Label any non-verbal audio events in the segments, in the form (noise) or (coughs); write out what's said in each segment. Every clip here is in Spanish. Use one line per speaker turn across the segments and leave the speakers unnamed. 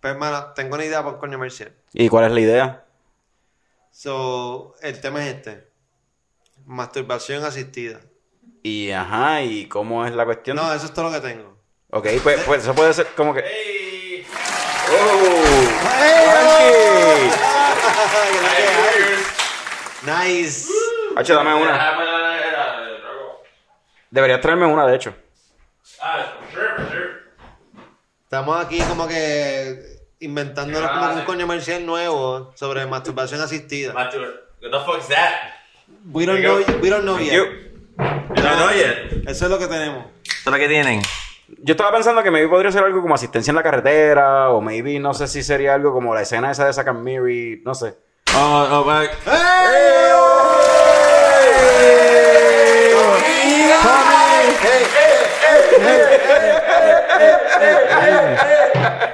Pues, hermano, tengo una idea por Coño Mercier.
¿Y cuál es la idea?
So, el tema es este. Masturbación asistida.
Y ajá, ¿y cómo es la cuestión?
No, eso es todo lo que tengo. (laughs)
Ok, pues, pues eso puede ser como que. ¡Oh!
¡Ey!
¡Frankie!
Nice.
Hacho, dame una.
Dame la Ah, era de Drago.
Deberías traerme una, de hecho.
Ah, for sure, for sure.
Estamos aquí como que inventándonos como un coño Mercier nuevo sobre masturbación asistida.
Matur, what the fuck's that?
We don't know, we don't know
Yo,
yet.
You don't know yet.
Eso es lo que tenemos.
¿Eso es lo que tienen?
yo estaba pensando que maybe podría ser algo como asistencia en la carretera, o maybe no sé si sería algo como la escena esa de Zack and Miri, no sé.
Oh, oh, back.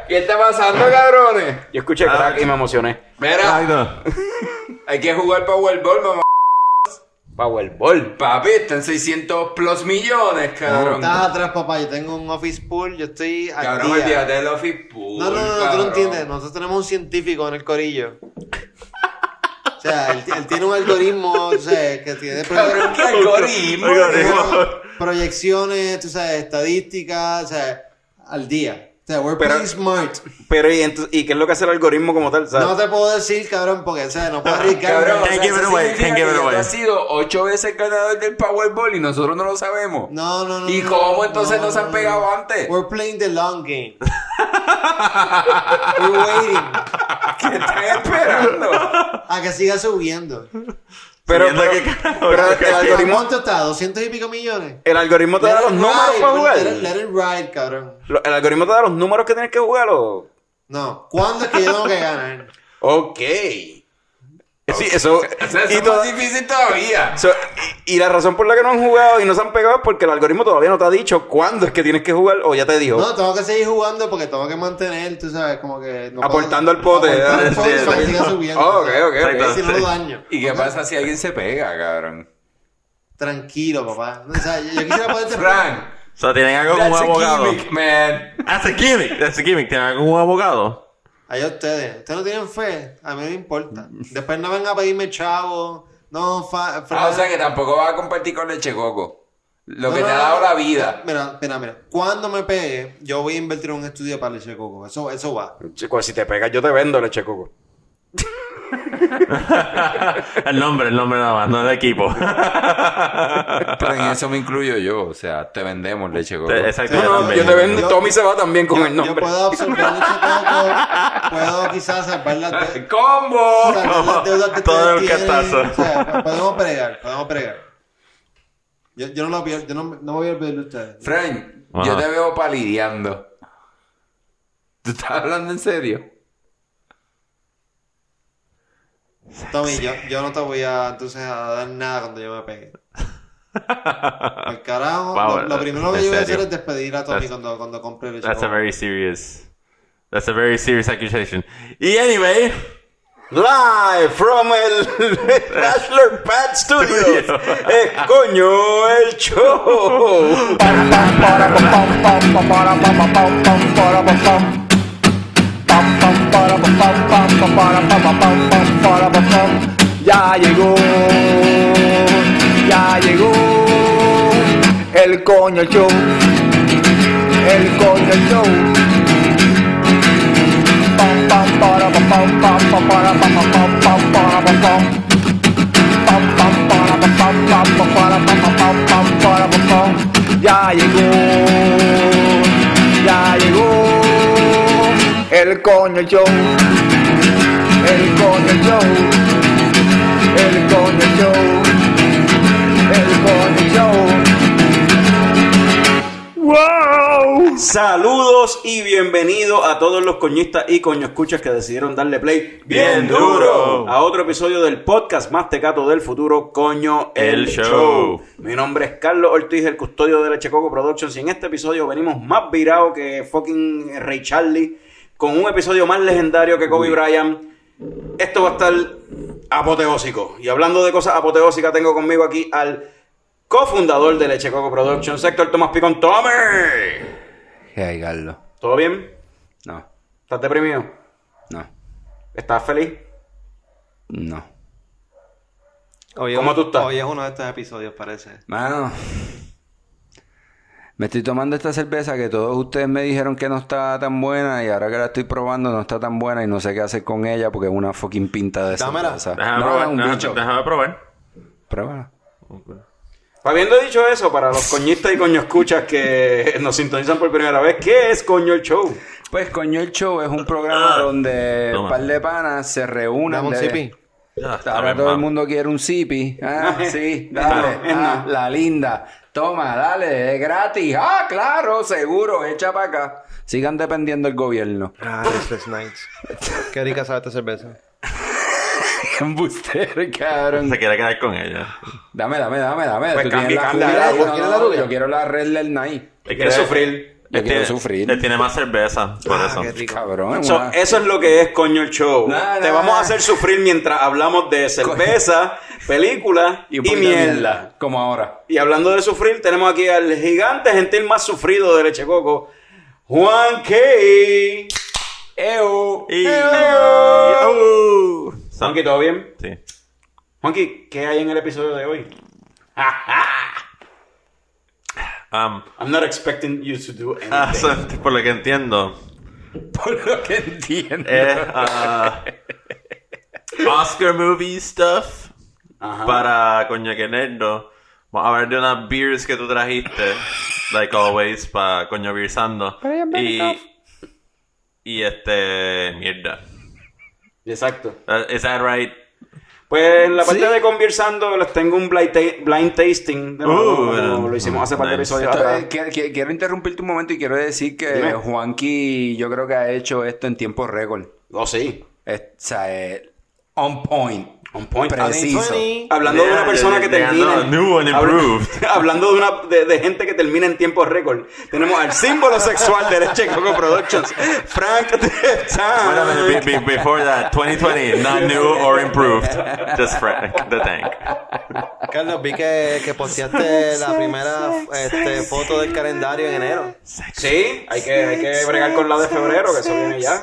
¿Qué está pasando, cabrones?
Yo escuché
Ah,
crack y me emocioné.
Mira, (laughs) hay que jugar Powerball, mamá.
Powerball.
Papi, están 600 plus millones, cabrón.
Estás atrás, papá. Yo tengo un office pool. Yo estoy al
Cabrón,
día.
olvídate del office pool.
No, no, no, no, tú
cabrón.
no entiendes. Nosotros tenemos un científico en el corillo. O sea, él, él tiene un algoritmo, o sea, que tiene proye- (laughs)
Cabrón, qué algoritmo.
proyecciones, tú sabes, estadísticas, o sea, al día. O sea, we're
Pero-
pretty smart.
Pero, ¿y, ento- ¿y qué es lo que hace el algoritmo como tal? ¿sabes?
No te puedo decir, cabrón, porque, o sea, no puedo arriesgar.
Cabrón, o sea,
Can't give it
eso
away,
significa
can't
que
give it
ya tú
away.
has sido ocho veces ganador del Powerball y nosotros no lo sabemos. (laughs)
No, no, no.
¿Y
no,
cómo entonces no se han
no,
pegado
no.
antes?
We're playing the long game. (laughs) we're waiting
¿Qué están esperando?
a que siga subiendo.
pero,
Viendo
pero-
qué carajo,
pero
qué
el
¿A
algoritmo,
cuánto está? ¿200 y pico millones?
el algoritmo te da
Let
los
it
números
ride,
para jugar.
Let it, let it ride, cabrón.
Lo- El algoritmo te da los números que tienes que jugar o.
No, ¿cuándo es que yo tengo que ganar?
Ok. Sí, eso.
Eso es
y,
más
toda-
difícil todavía.
so- y- y la razón por la que no han jugado y no se han pegado es porque el algoritmo todavía no te ha dicho cuándo es que tienes que jugar o ya te dijo.
No, tengo que seguir jugando porque tengo que mantener, tú sabes, como que... No
Aportando al pote,
Aportando
¿eh?
al pote
Sí,
para que
sí.
siga subiendo.
Ah,
Oh,
o
ok,
sea,
ok, ok.
porque Si no lo daño.
¿Y qué pasa si alguien se pega, cabrón?
Tranquilo, papá. O sea, yo, yo quisiera poderte...
Frank,
So, tienen algo como
that's
un
a
abogado.
gimmick, man.
That's a gimmick. That's a gimmick. Tienen algo como un abogado.
Ahí ustedes. Ustedes no tienen fe. A mí no me importa. Después no van a pedirme chavo. No, fa,
Ah,
Frank.
o sea que tampoco vas a compartir con leche coco. Lo
No,
que
no,
te ha
no,
dado
no.
la vida.
Mira, mira, mira. Cuando me pegue, yo voy a invertir en un estudio para leche de coco. Eso, eso va.
Chico, pues, si te pegas, yo te vendo leche de coco.
El nombre, el nombre nada más, no el equipo.
Pero en eso me incluyo yo. O sea, te vendemos leche coco.
Exacto.
No,
ya
no,
también.
yo te vendo.
Yo-
Tommy se va también con
yo,
el
yo
nombre.
puedo absorber leche de coco. Puedo quizás salvar las, de-
(laughs) ¡Combo!
sacar las deudas que
Todo
ustedes
de un
tienen.
cantazo.
O sea, pues, podemos pregar, podemos pregar. Yo, yo no lo pierdo, yo no, no me voy a olvidar de ustedes.
Frank,
Ajá.
yo te veo palideando. ¿Tú estás hablando en serio?
Tommy, yo, yo no te voy a entonces a dar nada cuando yo me
(laughs)
pegue. Al carajo,
Wow,
lo, lo primero
en
que yo voy a
serio.
hacer es despedir a Tommy
That's-
cuando, cuando compre el
That's a
show.
very serious. That's a very serious accusation. Y anyway,
Live from el Bachelor Pad Studios. Es coño el show.
Ya llegó, ya llegó el coño el show, el coño el show. Pam, pam, para, pam, pam, pam, pam, para, pam, pam, pam, pam, para, pam, pam. Pam, pam, para, pam, pam, pam, pam, para, pam, pam, pam, pam, para, pam, pam. Ya llegó, ya llegó el coño el show, el coño el show, el coño el show, el coño el show. ¡Wow!
Saludos y bienvenido a todos los coñistas y coñoescuchas que decidieron darle play
Bien duro.
a otro episodio del podcast más tecato del futuro, Coño el,
El
show.
Show.
Mi nombre es Carlos Ortiz, el custodio de Leche Coco Productions y en este episodio venimos más virado que fucking Ray Charlie con un episodio más legendario que Kobe Bryant. Esto va a estar apoteósico. Y hablando de cosas apoteósicas, tengo conmigo aquí al cofundador de Leche Coco Productions, Héctor Tomás Picón. ¡Tommy!
¿Qué hay, Carlos?
¿Todo bien?
No.
¿Estás deprimido?
No.
¿Estás feliz?
No.
Hoy es
¿Cómo
un-
tú estás?
Hoy es uno de estos episodios, parece.
Mano. Me estoy tomando esta cerveza que todos ustedes me dijeron que no está tan buena y ahora que la estoy probando no está tan buena y no sé qué hacer con ella porque es una fucking pinta de
Dámela.
cerveza.
Déjame
No,
probar.
es un
déjame-
bicho.
déjame probar.
Pruébala.
Habiendo dicho eso, para los coñistas y coño escuchas que (laughs) nos sintonizan por primera vez, ¿qué es coño el show?
Pues Coño el Show es un
Ah.
programa donde
Toma.
un par de panas se reúnen.
Dame un
de-
sipi.
Ya, está
Ahora
bien,
todo el
mano.
mundo quiere un sipi.
(laughs)
Ah, sí, dale.
Claro.
Ah, la linda. Toma, dale, es gratis. Ah, claro, seguro, echa para acá. Sigan dependiendo del gobierno.
(laughs)
Ah, this nights. Qué rica sabe esta cerveza.
Embuster, cabrón.
Se quiere quedar con ella.
Dame, dame, dame, dame.
Pues
Tú
cambia,
tienes la
cambia,
tuya.
dale,
No,
¿quieres
no,
la tuya?
Yo quiero la Red del Night.
Es
¿Quieres sufrir?
Yo
tiene,
quiero sufrir.
Le tiene más cerveza, por
Ah,
eso.
qué rico.
Cabrón.
este So,
una-
eso es lo que es coño el show.
Nah,
Te
nah,
vamos a
nah.
hacer sufrir mientras hablamos de cerveza, película y,
un poquito de
mierda.
Como ahora.
Y hablando de sufrir, tenemos aquí al gigante gentil más sufrido de Leche Coco, Juan K.
¡Eo!
Y-
¡Eo! Juanqui, ¿todo bien?
Sí.
Juanqui, ¿qué hay en el episodio de hoy? (laughs)
Um,
I'm not expecting you to
(laughs)
do anything.
ah, so, por lo que entiendo,
Por lo que entiendo. (laughs)
es ah, Oscar movie stuff
Ajá.
para Coño que Nerdo. Vamos a hablar de unas beers que tú trajiste, like always, para Coño Beersando. Y, y este, mierda.
Exacto.
Uh, is that right?
Pues en la parte de conversando les tengo un blind, ta- blind tasting. de nuevo,
Uh,
como lo hicimos hace par de
nice.
episodios
Esto
atrás.
es- que- que- quiero interrumpirte un momento y quiero decir que
Dime.
Juanqui yo creo que ha hecho esto en tiempo récord.
Oh, sí.
Es- o sea, eh, on point.
On point.
Preciso.
Hablando de una
Yeah,
persona que
yeah, yeah,
termina.
no, new and
Habla-
improved.
(laughs) hablando de, una, de, de gente que termina en tiempo récord. Tenemos al símbolo sexual de Leche Coco Productions, Frank de
Wait a
Tan.
minute, be- be- before that, 2020, not new or improved. Just Frank, the tank.
Carlos, vi que, que posteaste la primera este, foto del calendario en enero.
Sí, hay que, hay que bregar con la de febrero, que eso viene ya.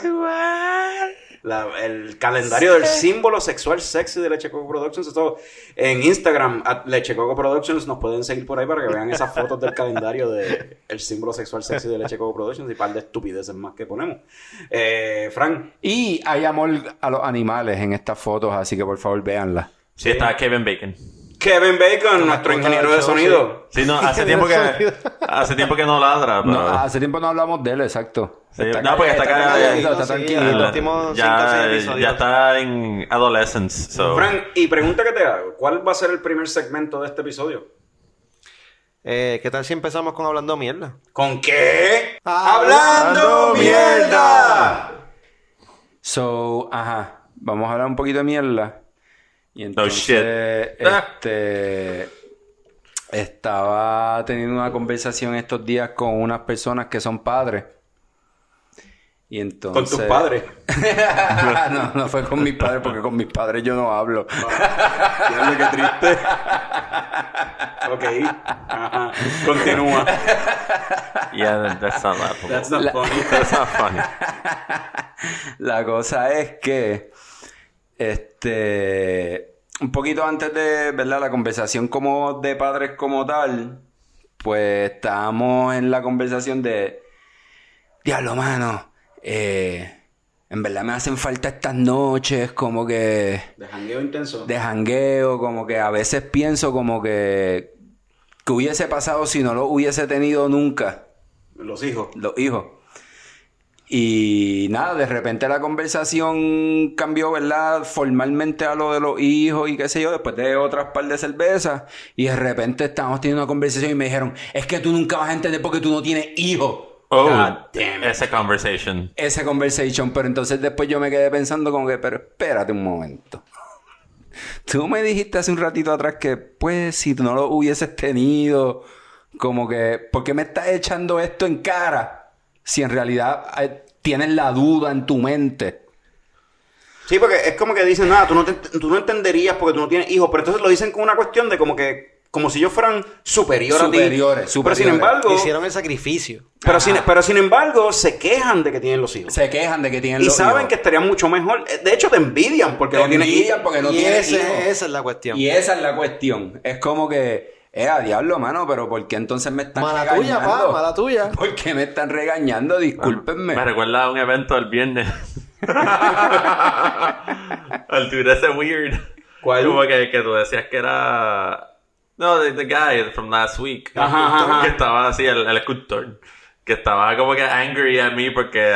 La- el calendario del símbolo sexual sexy de Leche Coco Productions. Esto en Instagram, at Leche Coco Productions, nos pueden seguir por ahí para que vean esas fotos del calendario del símbolo sexual sexy de Leche Coco Productions y par de estupideces más que ponemos. Eh, Frank,
Y hay amor a los animales en estas fotos, así que por favor véanlas.
Sí, está Kevin Bacon.
Kevin Bacon, nuestro ingeniero de sonido.
Sí, no, hace tiempo que hace tiempo que no ladra, pero
No, hace tiempo no hablamos de él, exacto.
Sí, no, porque está acá-
calladito,
Sí,
está
en los
tranquilo.
últimos cinco o
ya,
seis episodios.
ya está en adolescence, so
Frank, y pregunta que te hago, ¿cuál va a ser el primer segmento de este episodio?
Eh, ¿Qué tal si empezamos con hablando mierda?
¿Con qué?
¡Hablando mierda!
So, ajá. Vamos a hablar un poquito de mierda. Y
shit.
entonces,
Ah.
este, estaba teniendo una conversación estos días con unas personas que son padres. Y
Con
entonces...
tus padres.
(laughs) no, no fue con mis padres, porque con mis padres yo no hablo.
Diablo, qué triste. ok. Ajá. Continúa.
yeah, that's not
(laughs)
laughable.
That's not
La-
funny.
That's
(laughs)
not funny.
La cosa es que, este, un poquito antes de, ¿verdad? La conversación como de padres como tal, pues estábamos en la conversación de, diablo, mano, eh, en verdad me hacen falta estas noches, como que
De jangueo intenso.
de jangueo, como que a veces pienso como que, que hubiese pasado si no lo hubiese tenido nunca
Los hijos.
los hijos. Y nada, de repente la conversación cambió, ¿verdad? Formalmente a lo de los hijos y qué sé yo, después de otras par de cervezas. Y de repente estábamos teniendo una conversación y me dijeron, es que tú nunca vas a entender porque tú no tienes hijos.
Oh,
God damn it.
esa conversation.
Esa conversation, pero entonces después yo me quedé pensando como que, pero espérate un momento. (laughs) Tú me dijiste hace un ratito atrás que, pues, si tú no lo hubieses tenido, como que, ¿por qué me estás echando esto en cara? Si en realidad eh, tienes la duda en tu mente.
Sí, porque es como que dicen, nada, tú no, te- tú no entenderías porque tú no tienes hijos. Pero entonces lo dicen con una cuestión de como que como si ellos fueran superior a ti.
Superiores,
Pero sin
superiores.
embargo,
Hicieron el sacrificio.
pero sin, pero sin embargo, se quejan de que tienen los hijos.
Se quejan de que tienen
y
los
saben
hijos.
que estaría mucho mejor. Eh, De hecho, te envidian porque
Te
no tienes
envidian porque no
y
tienen
ese-
hijos.
esa es la cuestión.
Y esa es la cuestión. Es como que, eh, a diablo, mano, pero ¿por qué entonces me están
Mala tuya,
regañando?
pa, mala tuya.
(laughs) ¿Por qué me están regañando? Discúlpenme.
Me recuerda a un evento del
(laughs)
viernes. Al tuyo ese weird.
¿Cuál?
Como que, que tú decías que era. No, the, the guy from last week. El
Ajá,
escultor
ajá.
Que estaba así, el, el escultor. Que estaba como que angry at me porque.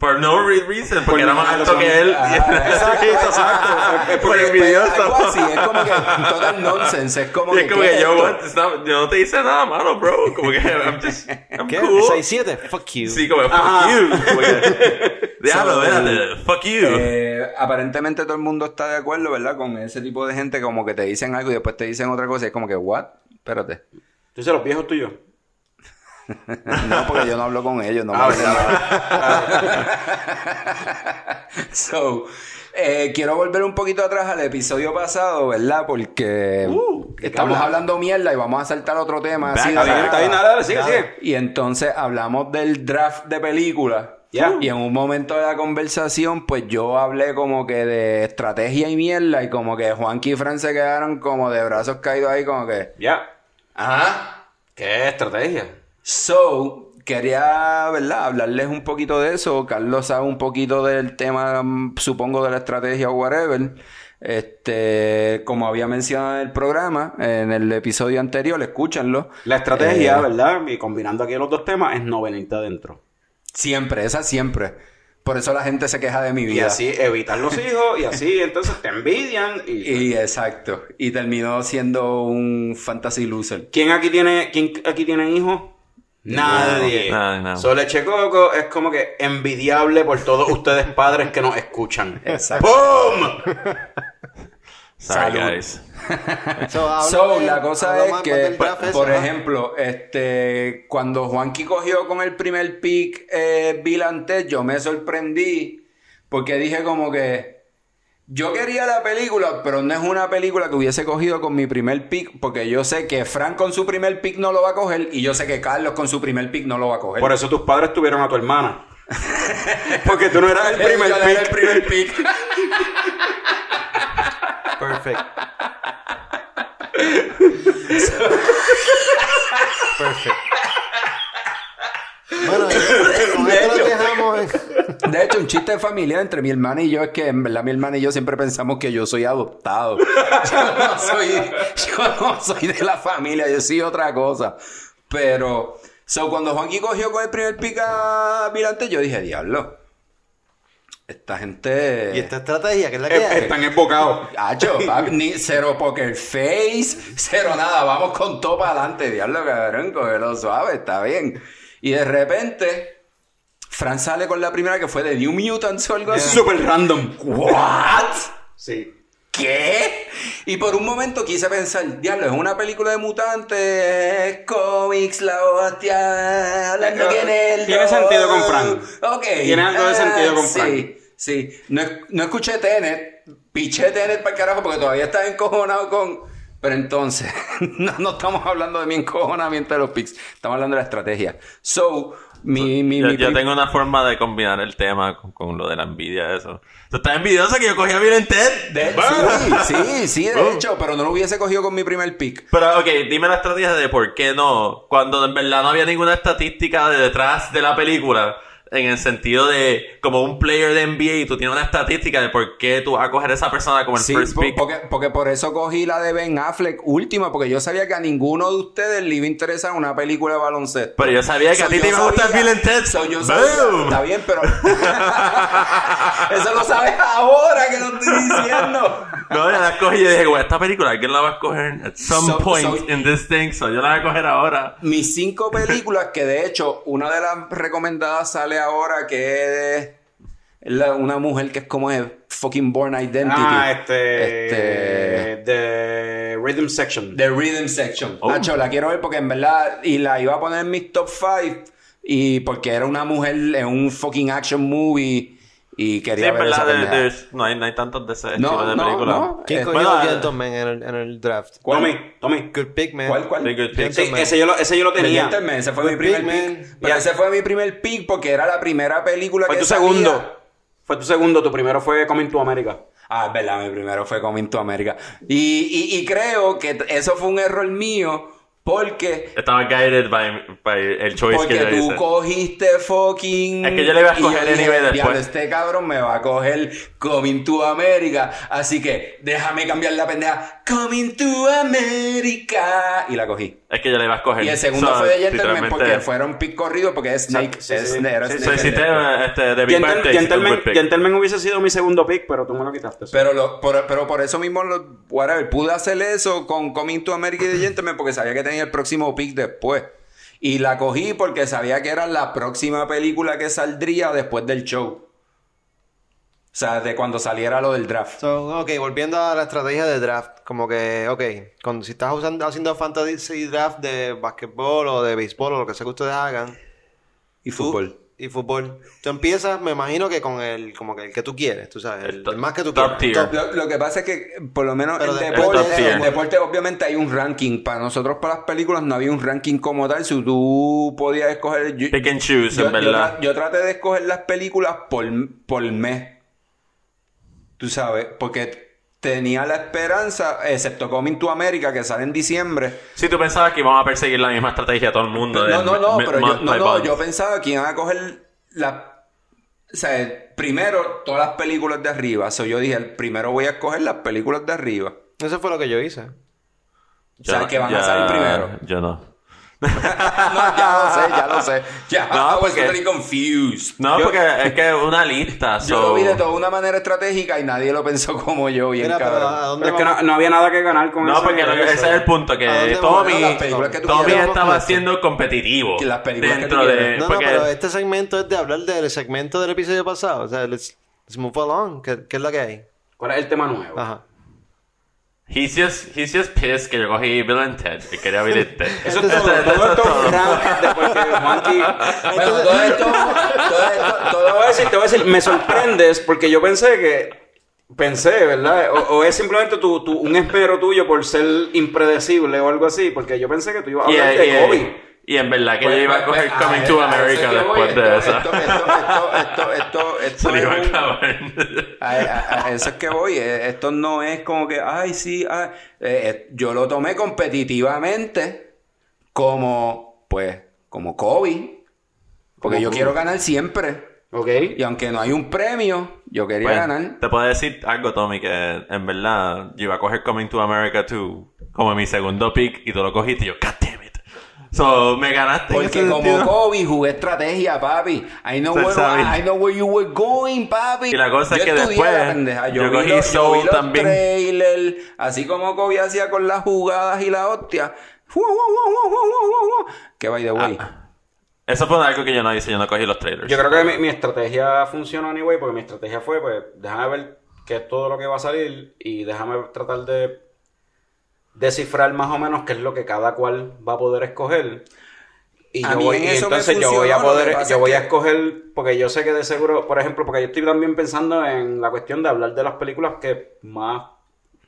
Por no re- reason, porque era más
nada,
alto
son-
que él. (laughs)
Ah,
(laughs)
exacto, (laughs)
exacto.
Es
Pues,
porque
pues,
envidioso.
algo así, es como que total nonsense. Es como
Y es como
¿qué
que
es
yo,
esto?
what, it's not- yo no te hice nada malo, bro. Como que I'm
(laughs)
just. I'm
¿Qué?
cool.
6-7, fuck you.
Sí, como fuck you. Como
(laughs)
que, Diablo,
So,
espérate, fuck you.
Eh, aparentemente todo el mundo está de acuerdo, ¿verdad? Con ese tipo de gente como que te dicen algo y después te dicen otra cosa y es como que, what? Espérate.
Entonces, los viejos tuyos.
No, porque yo no hablo con ellos, no me hablo con- (laughs) So, eh, quiero volver un poquito atrás al episodio pasado, ¿verdad? Porque
Uh,
estamos hablando mierda y vamos a saltar otro tema. así de
Está bien,
nada.
está bien, dale, dale, sigue, sigue.
Y entonces hablamos del draft de películas.
Ya.
Y en un momento de la conversación, pues yo hablé como que de estrategia y mierda. Y como que Juanqui y Fran se quedaron como de brazos caídos ahí, como que.
Ya.
Ajá.
¿Qué estrategia?
So, quería, ¿verdad? Hablarles un poquito de eso. Carlos sabe un poquito del tema, mm, supongo, de la estrategia o whatever. Este, como había mencionado en el programa, en el episodio anterior, escúchenlo.
La estrategia,
Eh,
¿verdad? Y combinando aquí los dos temas, es no venirte adentro.
Siempre, esa siempre. Por eso la gente se queja de mi
Y
vida.
así evitar los hijos, y así entonces te envidian. Y...
Y exacto. Y terminó siendo un fantasy loser.
¿Quién aquí tiene, quién aquí tiene hijos? Nadie.
No, no.
Solo Eche Coco es como que envidiable por todos ustedes padres que nos escuchan.
Exacto.
¡Boom!
Sorry,
salud.
guys.
So, habla
So,
de-
la cosa
habla
es
más- más
que,
del draft ese,
por
¿no?
ejemplo, este, cuando Juanqui cogió con el primer pick eh, Bill antes, yo me sorprendí porque dije como que yo quería la película, pero no es una película que hubiese cogido con mi primer pick porque yo sé que Frank con su primer pick no lo va a coger y yo sé que Carlos con su primer pick no lo va a coger.
Por eso tus padres tuvieron a tu hermana. (laughs) Porque tú no eras el primer
Yo le
pick.
di el primer pick.
Perfect. Perfect.
(laughs)
Bueno, con esto nos dejamos en...
De hecho, un chiste familiar entre mi hermana y yo es que en verdad mi hermana y yo siempre pensamos que yo soy adoptado. (laughs) Yo no soy, yo no soy de la familia, yo soy otra cosa. Pero, so, cuando Juanqui cogió con el primer pica mirante, yo dije, diablo, esta gente...
Y esta estrategia, que es la que
Eh,
hay.
Están embocados.
(laughs)
Hacho, papi, ni cero poker face, cero nada, vamos con todo para adelante, diablo cabrón, cógelo suave, está bien. Y de repente, Fran sale con la primera que fue de New Mutants o algo así.
Super random.
¿What?
Sí.
¿Qué? Y por un momento quise pensar, diablo, es una película de mutantes, cómics, la hostia, hablando quién es el
Tiene sentido con Fran.
Ok.
Tiene algo de
Ah,
sentido con Fran.
Sí, sí. No, es- no escuché Tenet, piché Tenet para el carajo porque todavía estaba encojonado con... Pero entonces, (laughs) no, no estamos hablando de mi encojonamiento de los pics, estamos hablando de la estrategia. So, mi... mi,
Yo,
mi
yo
prim-
tengo una forma de combinar el tema con, con lo de la envidia, eso. ¿Tú estás envidioso que yo cogí a Bill Ted?
de-
(laughs)
sí, sí, sí,
Oh.
de hecho, pero no lo hubiese cogido con mi primer pick.
Pero, ok, dime la estrategia de por qué no, cuando en verdad no había ninguna estadística de detrás de la película, en el sentido de, como un player de NBA, tú tienes una estadística de por qué tú vas a coger a esa persona como el
Sí,
first
po-
pick.
Porque, porque por eso cogí la de Ben Affleck última, porque yo sabía que a ninguno de ustedes le iba a interesar una película de baloncesto.
Pero yo sabía que
So,
a ti
yo
te iba a gustar
sabía-
Bill and Ted.
so, yo sabía-
¡Boom!
Está bien, pero. (laughs) eso lo sabes ahora que lo estoy diciendo.
(laughs) No, yo la cogí y dije, güey, esta película alguien la va a coger at some
So-
point
so-
in this thing, so yo la voy a coger ahora.
Mis cinco películas, que de hecho, una de las recomendadas sale ahora, que es la- una mujer que es como es fucking Born Identity.
Ah, este,
Este-
De Rhythm Section.
The Rhythm Section.
Oh.
Nacho, la quiero ver porque en verdad, y la iba a poner en mis top 5, y porque era una mujer en un fucking action movie, Y
Sí,
quería
en
ver esa
verdad, de-
pendeja.
de- no, hay, no hay tantos de ese estilo
No,
de
no,
película.
no.
¿Quién
Eh,
cogió
bueno, eh,
Gentleman en el, en el draft?
Tommy, Tommy.
Good pick, man.
¿Cuál, cuál?
The Good Pick.
Sí, ese yo lo, ese yo lo
The
tenía.
Gentleman, ese fue mi
The
primer
Big Man.
pick. Pero ese fue mi primer pick porque era la primera película
Fue
que
tu
salía.
segundo. Fue tu segundo, tu primero fue Coming to America.
Ah, es verdad, mi primero fue Coming to America. Y, y, y creo que t- eso fue un error mío porque,
Estaba guided by, by el choice
porque
que yo
tú
hice.
cogiste fucking...
Es que yo le iba a
y yo
escoger
dije,
anyway después.
"Diablo, este cabrón me va a coger Coming to America. Así que déjame cambiar la pendeja. Coming to America. Y la cogí.
Es que yo le iba a escoger.
Y el segundo
So,
fue de Gentleman
literalmente-
porque fueron pick corrido porque es Snake.
Sí, sí,
es-
sí.
era
Sí, sí,
So,
Snake.
hiciste eh, este, The Big
Gentleman,
Bang Theory, hiciste un
Gentleman,
good pick.
Gentleman hubiese sido mi segundo pick, pero tú me lo quitaste.
Pero, lo- por, pero por eso mismo, lo, whatever, pude hacer eso con Coming to America y The Gentleman porque sabía que tenía el próximo pick después. Y la cogí porque sabía que era la próxima película que saldría después del show. O sea, de cuando saliera lo del draft.
So, ok, volviendo a la estrategia de draft, como que, ok, cuando, si estás usando, haciendo fantasy draft de basquetbol o de béisbol o lo que sea que ustedes hagan,
Y
tú- y fútbol, tú empiezas, me imagino que con el, como que el que tú quieres, tú sabes, el,
El top-
el más que tú
top
quieres.
tier.
Lo, lo que pasa es que, eh, por lo menos
Pero
en
de-
el top
deporte, en
tier.
deporte, obviamente hay un ranking. Para nosotros, para las películas, no había un ranking como tal. Si tú podías escoger... yo-
Pick and choose,
yo,
en verdad.
yo tra- yo traté de escoger las películas por, por mes. Tú sabes, porque tenía la esperanza, excepto Coming to America, que sale en diciembre.
Si tú pensabas que íbamos a perseguir la misma estrategia todo el mundo.
No,
de
no, no,
m-
pero yo,
month
no,
by
no,
month.
yo pensaba que iban a coger la... O sea, primero todas las películas de arriba. So, yo dije, primero voy a escoger las películas de arriba.
Eso fue lo que yo hice.
O sea,
Yo-
que van a
ya- (laughs)
salir primero.
Yo no.
No, ya lo sé, ya lo sé. (laughs) Ya,
No,
I was
porque-
totally confused.
No,
Yo-
porque es que es una lista.
(laughs) Yo
so-
lo vi de toda una manera estratégica y nadie lo pensó como yo, bien
Mira, pero
cabrón.
¿a dónde
Pero es que
vamos?
no, no había nada que ganar con
No,
eso.
porque lo que- ese es el punto,
¿A dónde
que
vamos?
Tommy,
No,
las películas que tú
Tommy
quieras.
estaba
Vamos con
siendo competitivo.
Que las películas que
dentro
tú
de...
quieras.
No, no,
porque-
pero este segmento es de hablar del segmento del episodio pasado, o sea, let's, let's move along, ¿qué, qué es la que hay?
¿Cuál es el tema nuevo?
Ajá.
He's just, he's just pissed que yo cogí Bill and Ted. Que quería
(laughs)
este. Bill and Ted.
Eso
Eso-
es todo.
eso- eso
Todo esto
es
es un
todo.
round de- (laughs) porque Juanqui-
Bueno, todo esto, todo esto,
Te voy
todo
a decir, te voy a decir, me sorprendes porque yo pensé que. Pensé, ¿verdad? O, o es simplemente tu, tu- un espero tuyo por ser impredecible o algo así, porque yo pensé que tú ibas a
Y,
hablar de
y-
Kobe.
y en verdad que yo iba a coger
Ah,
Coming to
ah,
America
eso es que voy,
después de
esto-
eso. (laughs)
Esto, esto, esto, esto, esto,
Se
esto
le iba a
es un-
acabar.
a, a- a eso es que voy. eh, Esto no es como que, ay, sí, ah, eh, eh, yo lo tomé competitivamente como, pues, como Kobe.
Como
Porque yo
Kobe.
quiero ganar siempre.
¿Ok?
Y aunque no hay un premio, yo quería
Bueno,
ganar.
Pues, Te puedo decir algo, Tommy, que en verdad yo iba a coger Coming to America 2 como mi segundo pick y tú lo cogiste y yo, God damn it. So, me ganaste. en
Porque
ese
como
sentido.
Kobe jugué estrategia, papi. I know,
Se
where,
sabe.
I know where you were going, papi.
Y la cosa es
Yo
que
estudié
después,
la pendeja. yo,
yo
vi
cogí
los- yo vi
Soul
los
también.
trailers, así como Kobe hacía con las jugadas y la hostia. Fu, fu, fu, fu, fu, fu, fu. Que by the way.
Ah. Eso fue algo que yo no hice, yo no cogí los trailers.
Yo creo que mi, mi estrategia funcionó anyway, porque mi estrategia fue, pues, déjame ver qué es todo lo que va a salir y déjame tratar de descifrar más o menos qué es lo que cada cual va a poder escoger. Y,
A
yo
mí
voy,
en
y
eso me
entonces yo
funcionó,
voy a
lo que
poder,
pasa
yo
es
voy a
que-
escoger, porque yo sé que de seguro, por ejemplo, porque yo estoy también pensando en la cuestión de hablar de las películas que más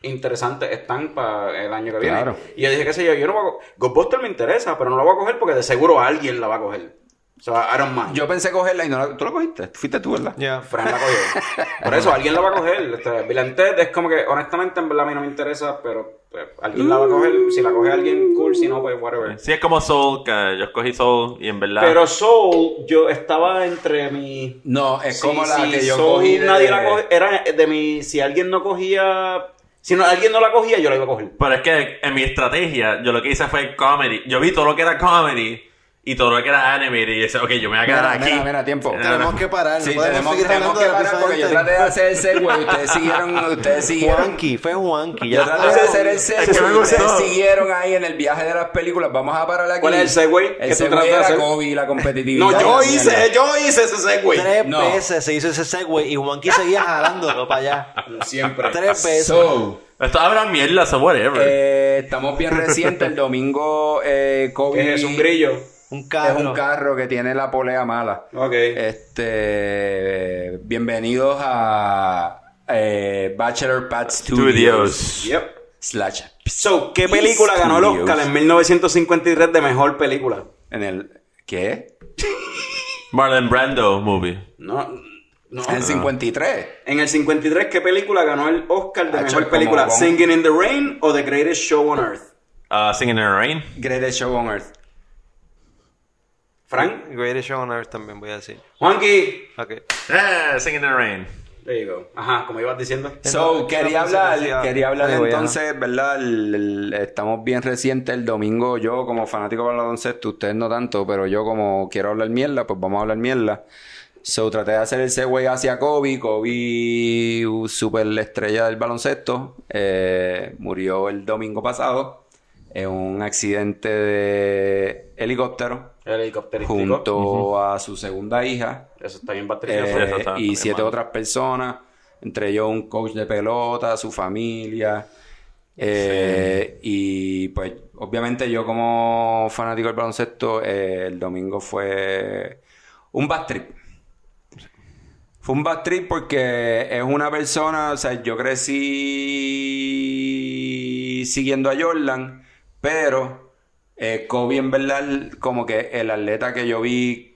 interesantes están para el año que viene.
Claro.
Y yo dije, qué sé yo, yo no voy a co- Ghostbusters me interesa, pero no lo voy a coger porque de seguro alguien la va a coger. O sea, Iron Man.
Yo pensé cogerla y no la... ¿Tú la cogiste? Fuiste tú, ¿verdad?
Ya.
Fran la cogió. Por eso, alguien la va a coger. Este, Bill and Ted es como que, honestamente, en verdad a mí no me interesa, pero pues, alguien la va a coger. Si la coge alguien, cool. Si no, pues whatever.
Sí, es como Soul, que yo escogí Soul y en verdad...
Pero Soul, yo estaba entre mi...
No, es como
Sí,
la
sí,
que yo
Soul
cogí. de-
nadie la coge- Era de mi... Si alguien no cogía... Si no, alguien no la cogía, yo la iba a coger.
Pero es que en mi estrategia, yo lo que hice fue comedy. Yo vi todo lo que era comedy y todo lo que era anime. Y dice, ok, yo me voy a quedar
Mira,
aquí.
mira, mira, tiempo.
Eh,
Tenemos que parar,
Sí,
no podemos
tenemos,
seguir
tenemos
hablando
que
del
parar
episodio
porque yo
anterior.
traté de hacer ese güey. Ustedes siguieron...
(laughs)
Ustedes siguieron...
Juanqui, fue Juanqui.
Yo
Ya
traté de hacer el segue
Es que me
y ustedes
gustó.
siguieron ahí en el viaje de las películas. Vamos a parar aquí.
¿Cuál es el segue que
El
tú
segue
trataste de
era
hacer?
Kobe y la competitividad.
No, yo
La mierda.
hice, yo hice ese segue.
Tres
No.
veces se hizo ese segue y Juanqui seguía jalándolo para allá.
Siempre.
Tres veces.
So,
Esto habrá mierda, so whatever.
(laughs)
eh, estamos bien recientes. El domingo eh, Kobe...
¿Qué es eso? ¿Un grillo?
Un
Es
carro.
un carro que tiene la polea mala.
Ok.
Este, bienvenidos a eh, Bachelor Pad Studios.
Studios.
Yep.
Slash.
So, ¿qué película ganó el Oscar en 1953 de mejor película?
En el. ¿Qué?
Marlon Brando movie.
No, no.
En 53.
En el 53, ¿qué película ganó el Oscar de
Ah,
mejor
como
película?
con-
¿Singing in the Rain o The Greatest Show on Earth?
Ah, Singing in the Rain.
Greatest Show on Earth.
Frank,
Greatest Show on Earth también voy a decir.
Juanqui.
Ok.
Eh, Singing in the Rain.
There you go. Ajá, como ibas diciendo.
So,
Entonces,
quería
entonces
hablar,
decía-
quería hablar
Anyway,
entonces, ¿verdad? El- el- estamos bien reciente el domingo, yo como fanático del baloncesto, ustedes no tanto, pero yo como quiero hablar mierda, pues vamos a hablar mierda. So, traté de hacer el segue hacia Kobe, Kobe, uh, superestrella del baloncesto, eh, murió el domingo pasado en un accidente de helicóptero
El helicópterístico.
junto a su segunda hija,
Eso está bien
eh,
patricioso.
eso está
y
también
siete
mal.
otras personas, entre ellos un coach de pelota, su familia. eh, Y pues, obviamente, yo como fanático del baloncesto, eh, el domingo fue un bad trip. Fue un bad trip porque es una persona, o sea, yo crecí siguiendo a Jordan, pero eh, Kobe en verdad como que el atleta que yo vi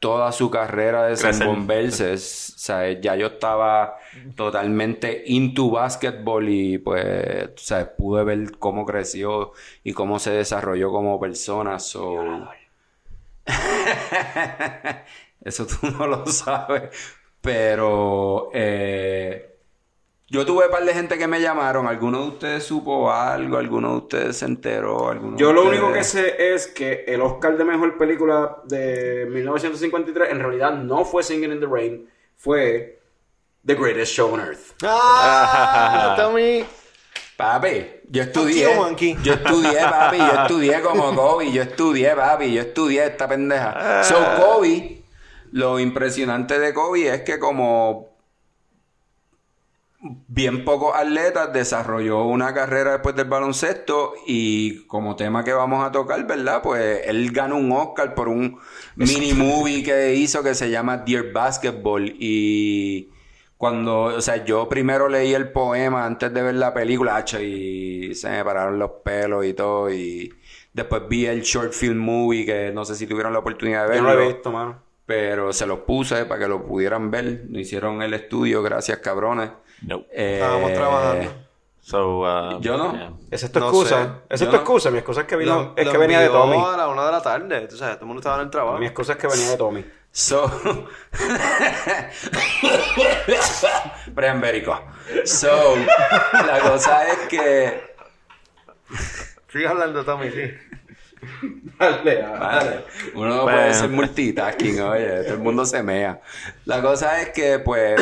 toda su carrera de
Crecer.
desenvolverse, es- o sea, ya yo estaba totalmente into basketball y pues, o sea, pude ver cómo creció y cómo se desarrolló como persona, so- (laughs) Eso tú (laughs) no lo sabes. Pero eh, yo tuve un par de gente que me llamaron. ¿Alguno de ustedes supo algo? ¿Alguno de ustedes se enteró? ¿Alguno de
Yo lo
ustedes-
único que sé es que el Oscar de mejor película de 1953 en realidad no fue Singing in the Rain, fue The Greatest Show on Earth.
¡Ah! Tommy.
Papi, yo estudié.
Monkey o monkey.
(laughs)
Yo estudié, papi. Yo estudié como Kobe. Yo estudié, papi. Yo estudié esta pendeja. So, Kobe, lo impresionante de Kobe es que como bien pocos atletas desarrolló una carrera después del baloncesto y como tema que vamos a tocar, ¿verdad? Pues él ganó un Oscar por un
(laughs)
mini movie que hizo que se llama Dear Basketball y cuando, o sea, yo primero leí el poema antes de ver la película hacho, y se me pararon los pelos y todo y después vi el short film movie que no sé si tuvieron la oportunidad de
Yo
verlo
no lo he visto, mano.
pero se los puse para que lo pudieran ver. No hicieron el estudio, gracias cabrones.
No.
Eh,
Estábamos trabajando.
So, uh,
Yo no.
yeah.
Esa es tu
No
excusa.
sé.
Esa es
Yo
tu
no-
excusa. Mi excusa es que, vino,
Lo-
es
lo
que venía de
envió
Tommy.
a la una de la tarde. Tú sabes, todo el mundo estaba en el trabajo.
Mi excusa es que venía de Tommy.
So. (laughs) Preambérico. So, la cosa es que.
Sigue hablando, Tommy, sí.
Dale,
Vale. Uno
Bueno.
no puede ser multitasking, oye, todo el mundo se mea. La cosa es que,
(coughs)
pues,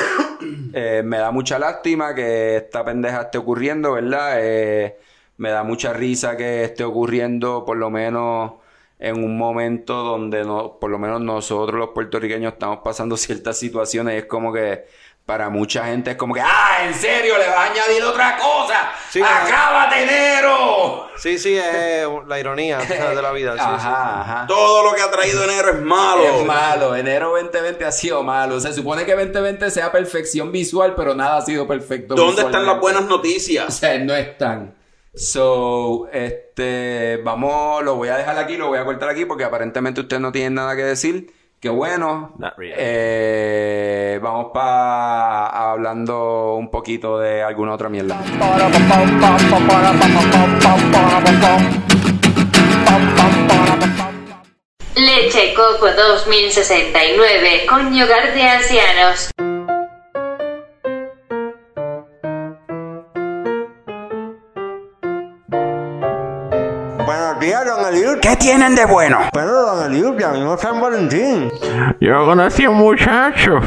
eh, me da mucha lástima que esta pendeja esté ocurriendo, ¿verdad? Eh, me da mucha risa que esté ocurriendo, por lo menos en un momento donde no, por lo menos nosotros los puertorriqueños estamos pasando (laughs) ciertas situaciones y es como que para mucha gente es como que, ah, en serio, le vas a añadir otra cosa,
Sí,
acábate enero.
Sí, sí, es la ironía tú sabes, de la vida. Sí,
Ajá,
sí.
ajá.
Todo lo que ha traído enero es malo.
Es malo, enero 2020 ha sido malo. Se supone que 2020 sea perfección visual, pero nada ha sido perfecto.
¿Dónde están las
visualmente.
buenas
O
noticias?
sea, no están. So, este, vamos, lo voy a dejar aquí, lo voy a cortar aquí porque aparentemente ustedes no tienen nada que decir. Qué bueno.
Not really.
Eh, vamos para hablando un poquito de alguna otra mierda.
Leche Coco 2069, conyugar de ancianos.
Buenos días, don Eliud.
¿Qué tienen de bueno?
Bueno, don Eliud, ya mismo es San Valentín.
Yo conocí a un muchacho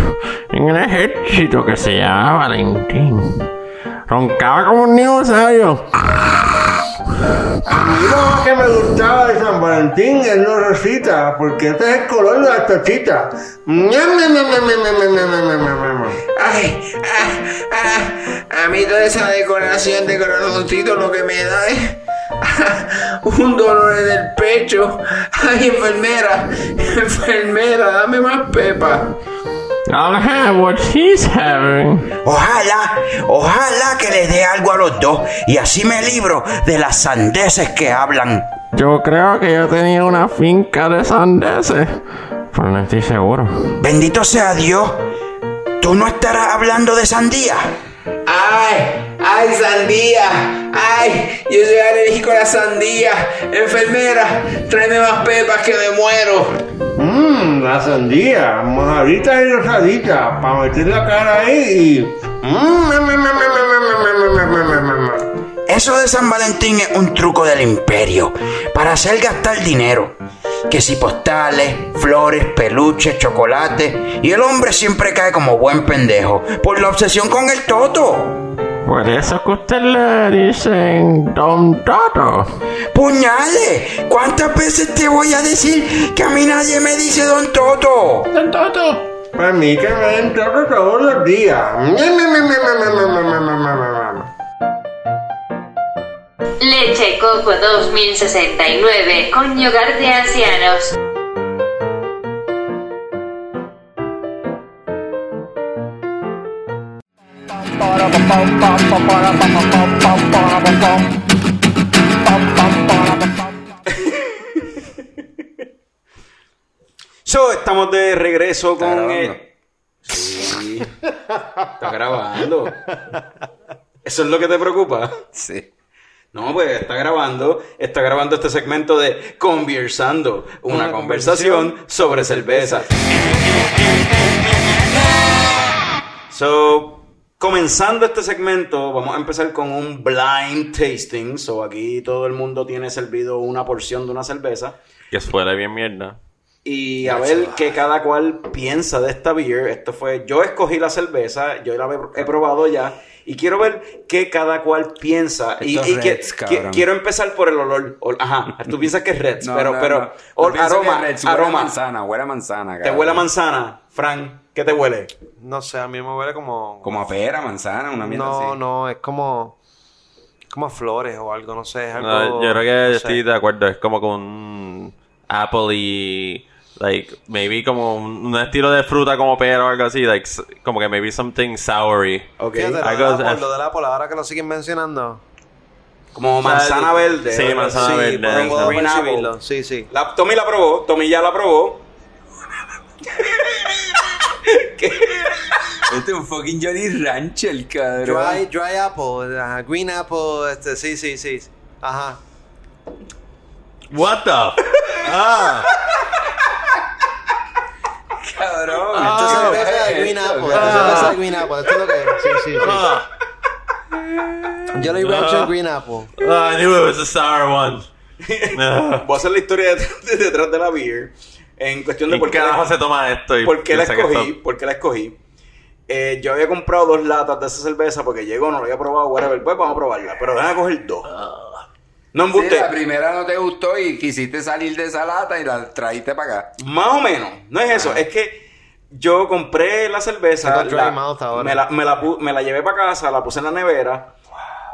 en el ejército que se llamaba Valentín. Roncaba como un dinosaurio.
Y lo que me gustaba de San Valentín es lo rosita, porque este es el color de la tochita. Ñam, ñam, ñam, ñam, ñam, ñam, ñam, ñam, ñam, ñam, ñam.
Ay, ah, ah, a mí toda esa decoración de corazoncito lo que me da es
un dolor en el pecho. Ay, enfermera, enfermera, dame más pepa.
I'll have what she's having.
Ojalá, ojalá que le dé algo a los dos y así me libro de las sandeces que hablan.
Yo creo que yo tenía una finca de sandeces, pero no estoy seguro.
Bendito sea Dios. ¿Tú no estarás hablando de sandía?
Ay, ay, sandía. Ay, yo soy alérgico a la sandía. Enfermera, tráeme más pepas que me muero.
Mmm, la sandía, mojadita y rosadita, para meter la cara ahí y... Mmm, me, me, me, me, me, me, me, me, me, me, me, me.
Eso de San Valentín es un truco del imperio para hacer gastar dinero. Que si postales, flores, peluches, chocolate. Y el hombre siempre cae como buen pendejo por la obsesión con el toto.
Por eso que usted le dicen Don Toto.
¡Puñales! ¿Cuántas veces te voy a decir que a mí nadie me dice don Toto?
Para mí que me den todo todos los días. Me, me, me, me, me, me, me, me, me, me, me, me.
Leche Coco 2069, conyugar de ancianos.
So, estamos de regreso
¿Está
con.
grabando?
eh, Sí. Está grabando. Eso es lo que te preocupa.
Sí.
No, pues está grabando, está grabando este segmento de Conversando, una, conversación, sobre cerveza. So, comenzando este segmento, vamos a empezar con un blind tasting. So, aquí todo el mundo tiene servido una porción de una cerveza.
Que fuera bien mierda.
Y a ver qué cada cual piensa de esta beer. Esto fue, yo escogí la cerveza, yo la he he probado ya. Y quiero ver qué cada cual piensa. Y,
Esto
y
es
que-
Reds,
que-
cabrón.
quiero empezar por el olor. Ol- Ajá, tú piensas que es Reds,
(laughs) No,
pero,
no,
pero,
no. No
ol-
pienso que
aroma,
Reds, huele a
aroma.
manzana, huele a manzana.
Te
cabrón.
huele a manzana, Frank. ¿Qué te huele?
No sé, a mí me huele como.
Como a pera, manzana, una mierda
no,
así.
no, es como. Como a flores o algo, no sé. Es algo,
No, yo creo que
no sé.
estoy de acuerdo. Es como con un Apple y. Like, maybe como un, un estilo de fruta como pera o algo así. Like, s- como que maybe something soury.
Ok.
Fíjate, lo,
Algo- eh,
de la, lo de la pola, ahora que lo siguen mencionando.
Como manzana verde.
Sí,
algo
manzana
así.
verde.
puedo- puedo
Green
percibirlo.
percibirlo, Sí, sí.
La, Tommy la probó, Tommy ya la probó.
Este es un fucking Johnny Rancher, cabrón.
Dry, dry apple, ajá, green apple, este, sí, sí, sí. Ajá.
What the? ah,
Cabrón.
Esto es
¿qué
cerveza de
es
green
esto?
apple, Eh, esto es cerveza de green apple, esto es lo que es. Sí, sí, sí.
ah,
Jolly Rancher green apple.
I knew it was a sour one. No.
Voy a hacer la historia detrás de, (laughs) detrás de la beer. En cuestión de
¿Y
por qué,
qué
la,
carajo se toma esto? y
por qué la
piensa que
escogí.
esto-
por qué la escogí. Eh, yo había comprado dos latas de esa cerveza porque llegó, no la había probado, whatever. Pues vamos a probarla. Pero déjame coger dos.
Ah.
No
Sí,
embuste.
la primera no te gustó y quisiste salir de esa lata y la trajiste para acá.
Más o menos. No es eso. Es que yo compré la cerveza.
Tengo Ah. dry
la-
mouth ahora.
Me, la, me la pu- me la llevé para casa, la puse en la nevera.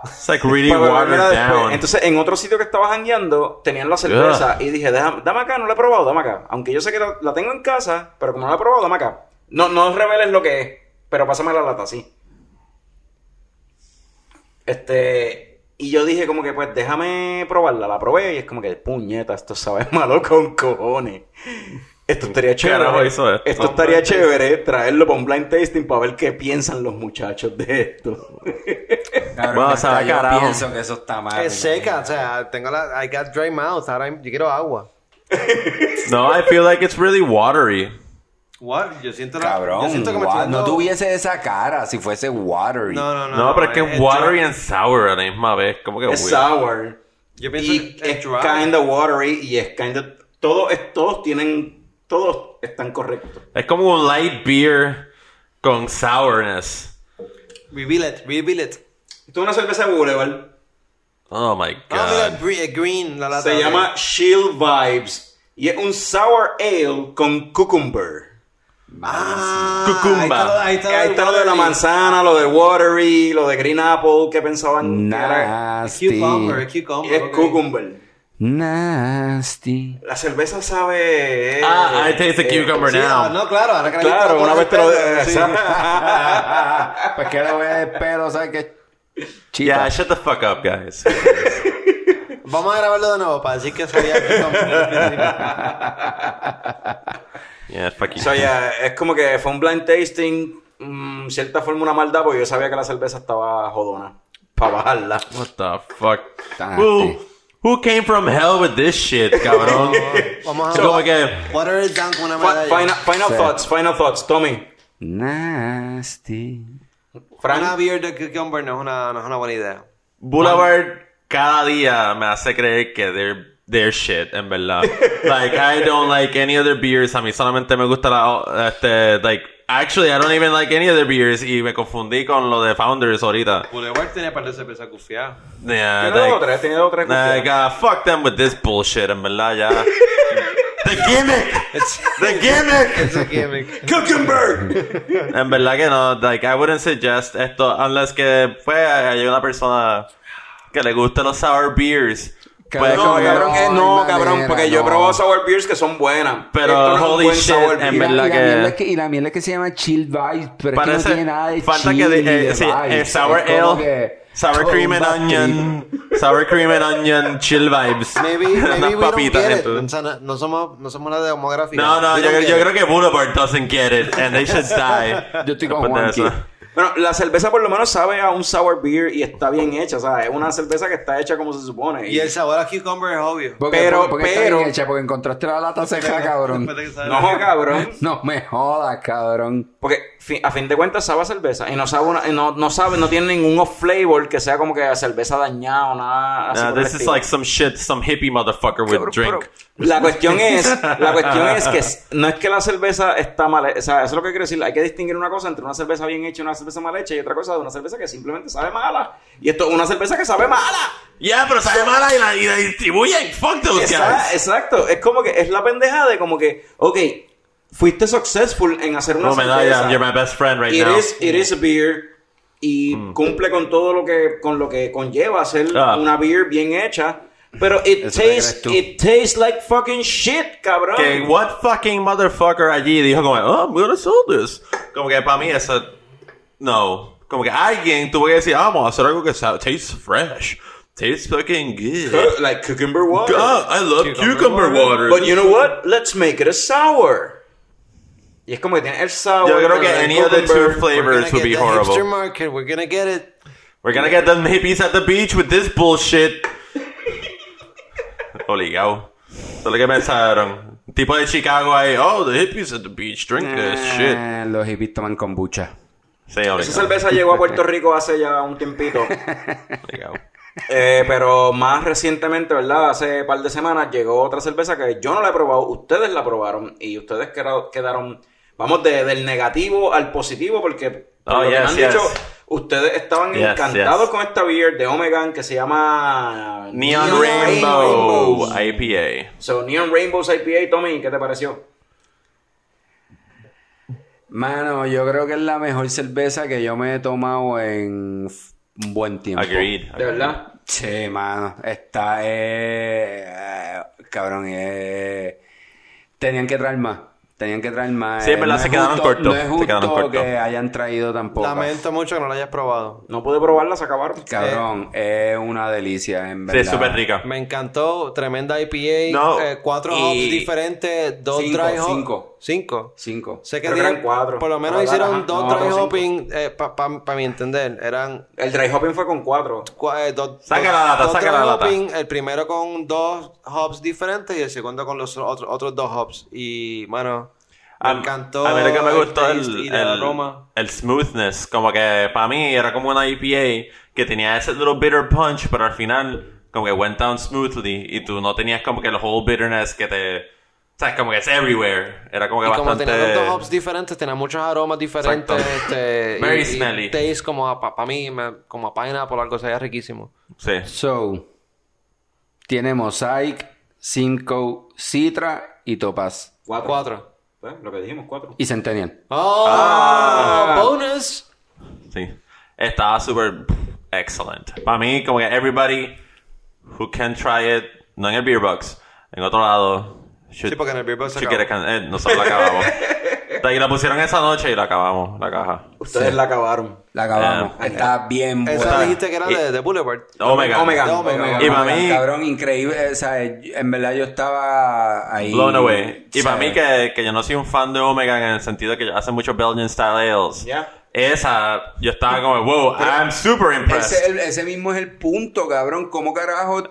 It's like really
para
watered
beberla después.
down.
Entonces, en otro sitio que estaba jangueando, tenían la cerveza. Y dije, "Deja- dame acá, no la he probado, dame acá. Aunque yo sé que la, la tengo en casa, pero como no la he probado, dame acá. No, no reveles lo que es, pero pásame la lata, sí. Este. Y yo dije, como que, pues déjame probarla. La probé y es como que, puñeta, esto sabe (laughs) malo con cojones. Esto estaría
carajo
chévere.
hizo esto?
esto estaría chévere traerlo para un blind tasting para ver qué piensan los muchachos de esto.
Cabrón,
Bueno,
hasta
sabe
yo
carajo.
pienso que eso está
Ah,
mal.
Es seca, o sea, tengo la. I got dry mouth, ahora yo quiero agua.
No, I feel like it's really watery.
What? Yo siento la.
Cabrón,
yo siento que me
wa-
estoy dando-
no tuviese esa cara si fuese watery.
No, no, eh, no.
No, pero es que es watery and sour a la misma vez. Como que
es
weird.
sour.
Yo pienso
Y
que
es
es dry.
kinda watery y es kinda... Todos, es- todos tienen... Todos están correctos.
Es como un light beer con sourness.
Reveal it, reveal it.
Esto es una cerveza de Boulevard.
Oh my
Ah, mira,
god.
gre- eh, green, la lata.
Se
de-
llama Shield Vibes. Y es un sour ale con cucumber.
Ah,
Cucumba. Ahí está lo,
de
de la manzana, lo de watery, lo de green apple que pensaban que era.
Nasty.
Cucumber,
Es cucumber.
Nasty.
La cerveza sabe.
Ah, I taste
Eh,
the cucumber
Sí,
now.
ah, no, claro, ahora que la gente
Claro,
pone
una
el
vez te lo. eh, (laughs)
pelo, sí.
Pues que le voy a dar el pelo, ¿sabes qué?
Yeah,
Chita.
shut the fuck up, guys. (laughs)
Vamos a grabarlo de nuevo para decir que
(laughs)
sabía que
Yeah, fuck you.
So, yeah, es como que fue un blind tasting, mm, cierta forma una maldad, porque yo sabía que la cerveza estaba jodona. Para bajarla.
What the fuck? Who, who came from hell with this shit, cabrón?
Vamos a
So, como que,
Water it down con una
Fi-
medalla.
Final, final
Sí.
thoughts, final thoughts, Tommy.
Nasty.
Una
Frank,
beer de cucumber no es una, no es una buena idea.
Boulevard cada día me hace creer que they're, they're shit, en verdad. like, I don't like any other beers. A mí solamente me gusta la... Este, like, actually, I don't even like any other beers. Y me confundí con lo de Founders ahorita.
Boulevard tiene par de cerveza cufiada.
Yeah,
tiene
like,
dos o tres, tiene dos o tres.
like, uh, fuck them with this bullshit, en verdad, ya. The gimmick! The gimmick!
Kuchenberg.
En verdad que no, like, I wouldn't suggest esto, unless que, pues, hay una persona que le gusta los sour beers. Pues,
Cabrón,
No,
como que-
cabrón, que-
no
no,
hay
cabrón,
manera,
porque yo he
no.
probado sour beers que son buenas.
Pero,
Esto no es un
holy
buen
shit,
sour beer.
en
Y la,
verdad
y la
que-
mierda es que. Y la mierda es que se llama Chill Vibes, pero es que no tiene nada de
falta
chill
que
ni
de, eh,
de
sí,
vibes.
eh,
Es
sour
como
ale,
que
sour
todo
cream
un
and
bad trip.
onion, sour cream and onion, chill vibes. (laughs)
Maybe, (laughs)
Unas
maybe we don't
papitas,
get it.
entonces.
O sea, no, no somos, no somos la demográfica.
No, no,
We
yo,
don't get
yo
it.
creo que Boulevard doesn't get it, and they
(laughs)
should die.
Yo estoy con
Después de
Juanqui.
eso.
Bueno, la cerveza por lo menos sabe a un sour beer y está bien hecha, o sea, es una cerveza que está hecha como se supone.
Y el sabor a cucumber es obvio.
Porque,
Pero-
pero, porque está
pero-
bien hecha, porque encontraste la lata seca, cabrón.
Después de que sabe
No,
la-
cabrón.
No me jodas, cabrón.
Porque fi- a fin de cuentas sabe a cerveza y no sabe, una- y no, no sabe, no tiene ningún off flavor que sea como que a cerveza dañada o nada. así
Nah,
por el
this is
estilo.
like some shit some hippie motherfucker would drink.
La cuestión es,
(laughs)
la cuestión es que s- no es que la cerveza está mal, he- o sea, eso es lo que quiero decir, hay que distinguir una cosa entre una cerveza bien hecha y una cerveza mal hecha y otra cosa de una cerveza que simplemente sabe mala. Y esto es una cerveza que sabe mala.
Yeah, pero sabe mala y la, y la distribuyen. Fuck those
Esa-
guys.
exacto, es como que es la pendeja de como que, ok, fuiste successful en hacer una
Oh, man, I
cerveza.
am. You're my best friend right
it,
now. Mm.
is, it is a beer y cumple con todo lo que con lo que conlleva hacer
Ah.
una beer bien hecha, pero it
Eso te
tastes
crees tú.
it tastes like fucking shit, cabrón.
Que what fucking motherfucker allí dijo como, oh, I'm gonna sell this. Como que para mí eso, no. Como que alguien tuvo que decir, "Ah, vamos a hacer algo que sa- tastes fresh. Tastes fucking good.
(laughs) Good, like cucumber water.
God, I love cucumber, water.
But you know what? Let's make it a sour. Y es como que tiene el sour.
Yo creo que
el
any of the two
cucumber.
We're
flavors
gonna
would be
get the hipster
horrible.
market. We're gonna get it.
We're gonna get the hippies at the beach with this bullshit. Obligado. Eso es lo que pensaron. Tipo de Chicago ahí, oh, the hippies at the beach drink this shit.
Eh, Los hippies toman kombucha.
Sí,
Esa
obligado.
cerveza llegó a Puerto Rico hace ya un
(laughs)
tiempito.
obligado.
Eh, pero más recientemente, ¿verdad? Hace par de semanas llegó otra cerveza que yo no la he probado. Ustedes la probaron y ustedes queda- quedaron, vamos, de- del negativo al positivo porque, por
Oh,
lo que me
yes,
han
yes.
dicho, ustedes estaban
Yes,
encantados
yes.
con esta beer de Omegan que se llama
Neon,
Rainbows.
Rainbow IPA.
So, Neon Rainbows IPA, Tommy, ¿qué te pareció?
Mano, yo creo que es la mejor cerveza que yo me he tomado en f- un buen tiempo.
Agreed.
¿De verdad?
Sí, mano. Está, eh, eh, cabrón, eh, tenían que traer más. Tenían que traer más.
Sí,
Eh,
es verdad,
no
se
es
quedaron
justo-
cortos,
No es
se
justo
quedaron cortos.
que hayan traído tampoco.
Lamento mucho que no lo hayas probado.
No pude probarla, se acabaron. Eh.
Cabrón, es una delicia, en
Sí,
verdad.
es súper rica.
Me encantó, tremenda IPA,
No,
eh, cuatro
y-
hops diferentes, dos
Cinco,
dry hops.
cinco.
Cinco.
Cinco.
Sé que
Creo que eran
tienen-
cuatro.
Por lo menos
Ajá,
hicieron
ajá.
dos
No,
dry
cinco.
hopping, eh, para mi entender. Eran
El dry hopping fue con cuatro.
cua- eh, dos,
Saca
dos-
la lata,
dos
saca
dry
la lata.
hopping, el primero con dos hops diferentes y el segundo con los otros, otros dos hops. Y, mano, me
A-
encantó.
A mí lo que me gustó
el,
el,
taste y
el,
aroma.
el smoothness. Como que para mí era como una IPA que tenía ese little bitter punch, pero al final como que went down smoothly y tú no tenías como que el whole bitterness que te... O sea, como que es everywhere. Era como que
Y como
bastante...
tenía tantos hops diferentes, tenía muchos aromas diferentes.
Exacto.
Este,
Very
y- y
smelly.
Taste como a, para mí, me- como a pineapple o algo, sería riquísimo.
sí.
So, tiene Mosaic, Cinco, Citra y Topaz.
Cuatro.
Pero Pues, lo que dijimos, cuatro.
Y Centennial.
¡Oh!
Ah.
¡Bonus!
Sí. Estaba súper excelente. Para mí, como que everybody who can try it, no en el beer box, en otro lado. should-
Sí, porque en el beer box se
should
acabó.
get a can- eh, nosotros la acabamos. De ahí la pusieron esa noche y la acabamos, la caja.
Ustedes la acabaron.
La acabamos.
Ah,
Está bien
Esa
buena.
dijiste que era
Y-
de, de Boulevard.
Omega.
Omega.
De Omega.
Omega,
Y para
Omega,
mí-
Cabrón, increíble. O sea, en verdad yo estaba ahí.
Blown away. Y
O sea,
para mí, que, que yo no soy un fan de Omega en el sentido que hacen muchos Belgian style ales.
Ya.
Esa, yo estaba como, wow, I'm super
Ese, es
impressed.
el- ese mismo es el punto, cabrón. ¿Cómo carajo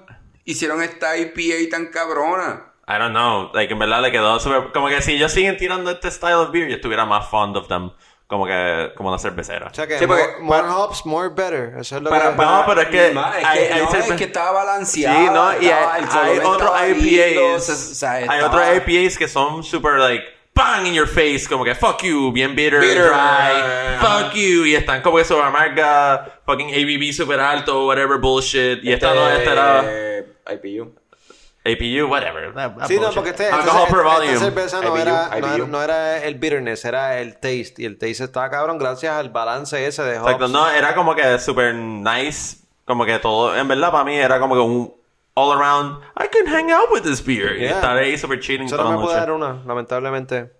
hicieron esta IPA tan cabrona?
I don't know. Like, en verdad le quedó super. Como que si ellos siguen tirando este style of beer, yo estuviera más fond of them. Como que, como una cervecera.
O sea que
Sí, porque-
more, more hops, more better. Eso es lo
Para-
que...
para-
No, pero es que.
Ma, es que,
hay- hay
no,
cerve-
es que estaba balanceado.
Sí, no, y
estaba-
hay,
el color
hay
estaba
otros
lindo,
IPAs.
o sea,
hay
estaba-
otros IPAs que son super, like, bang in your face, como que fuck you, bien bitter,
Bitter.
dry, fuck you, y están como que sobre amarga, fucking ABV super alto, whatever bullshit, y esta no, esta era
Eh, IPU.
APU, whatever. that- that
Sí, no,
Ah, bullshit.
porque este,
Alcohol
entonces,
per
esta-
volume.
esta cerveza no,
IBU,
era, no,
IBU.
era, no era el bitterness, era el taste. Y el taste estaba cabrón gracias al balance ese de hops.
Exacto, no, era como que super nice, como que todo, en verdad para mí era como que un all around, I can hang out with this beer, y
Yeah.
estar ahí super chilling
Solo
toda la
me pude
noche.
dar una, lamentablemente.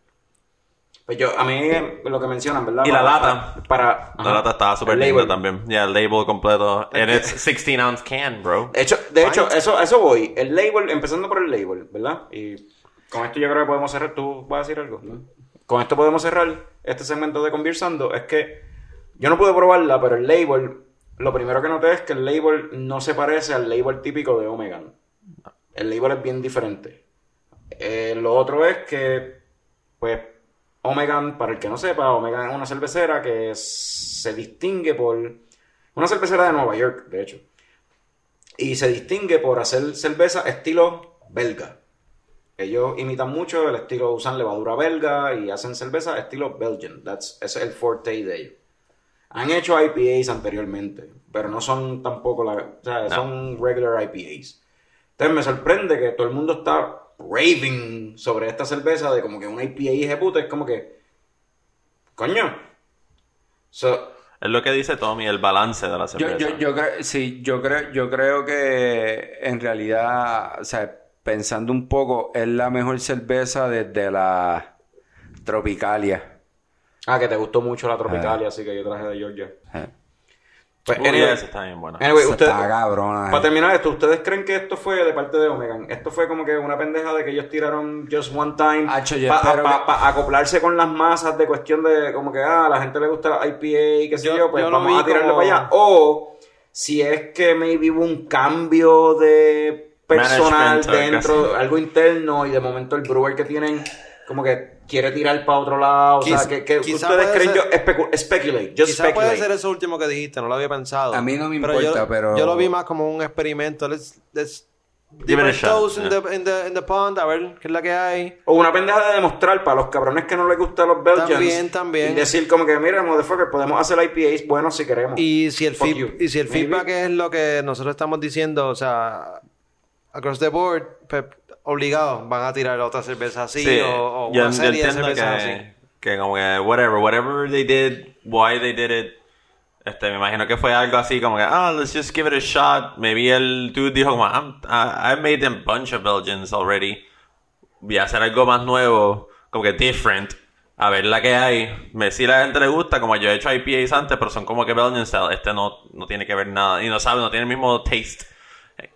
Pues yo, a mí eh, lo que mencionan, ¿verdad?
Y la
Para-
lata.
Para,
La
ajá.
lata estaba súper
El
linda
label.
también. Ya, el label completo. And it's 16 ounce can, bro.
De hecho, de hecho eso, eso voy. El label, empezando por el label, ¿verdad? Y con esto yo creo que podemos cerrar. ¿Tú vas a decir algo? ¿No? Con esto podemos cerrar este segmento de Conversando. Es que yo no pude probarla, pero el label, lo primero que noté es que el label no se parece al label típico de Omegan. El label es bien diferente. Eh, lo otro es que, pues, Omegan, para el que no sepa, Omegan es una cervecera que s- se distingue por... Una cervecera de Nueva York, de hecho y se distingue por hacer cerveza estilo belga. Ellos imitan mucho el estilo, usan levadura belga y hacen cerveza estilo Belgian. That's, ese es el forte de ellos. Han hecho IPAs anteriormente, pero no son tampoco la, o sea, son regular IPAs. Entonces me sorprende que todo el mundo está raving sobre esta cerveza de como que una IPA ejecuta, es como que, coño. So,
Es lo que dice Tommy, el balance de la cerveza.
Yo, yo, yo creo, sí, yo creo, yo creo que en realidad, o sea, pensando un poco, es la mejor cerveza desde la Tropicalia.
ah, que te gustó mucho la Tropicalia, así que yo traje de Georgia.
Eh,
Pues,
Uy,
anyway,
esa está bien buena.
anyway,
esa
usted-
está cabrona. eh.
Para terminar esto, ¿ustedes creen que esto fue de parte de Omegan? Esto fue como que una pendeja de que ellos tiraron Just One Time
Acho, yo
para
espero que-
acoplarse con las masas de cuestión de como que, ah, a la gente le gusta la IPA y qué sé yo,
Yo-
pues
yo lo
vamos
vi
a tirarlo
como-
para allá. O si es que maybe hubo un cambio de personal
Management, algo
dentro, algo interno y de momento el brewer que tienen como que quiere tirar para otro lado. o
Quiz-
sea, que, que
quizá
ustedes
puede
creen
ser-
yo especu- speculate, just
Quizás puede
speculate.
ser eso último que dijiste, no lo había pensado.
A mí no me
yo-
importa, pero-
Yo lo vi más como un experimento. Let's, let's
Give it a shot,
toes in,
yeah.
the, in the- in the pond, a ver qué es la que hay.
O una pendeja de demostrar para los cabrones que no les gustan los Belgians.
También, también.
Y decir como que, mira, motherfucker, podemos hacer IPAs buenos si queremos.
Y si el,
Fuck
feed-
you.
y si el
Maybe.
feedback es lo que nosotros estamos diciendo, o sea, across the board, pues, obligado, van a tirar otra cerveza así o, o
yo,
una
yo
serie de
entiendo
cervezas así.
que, que como que whatever, whatever they did, why they did it, este, me imagino que fue algo así como que, ah, let's just give it a shot. Maybe el dude dijo como, I'm, I, I've made them bunch of Belgians already. Voy a hacer algo más nuevo, como que different. A ver la que hay. Me si la gente le gusta, como yo he hecho IPAs antes, pero son como que Belgian style. Este no, no tiene que ver nada. Y no sabe, no tiene el mismo taste.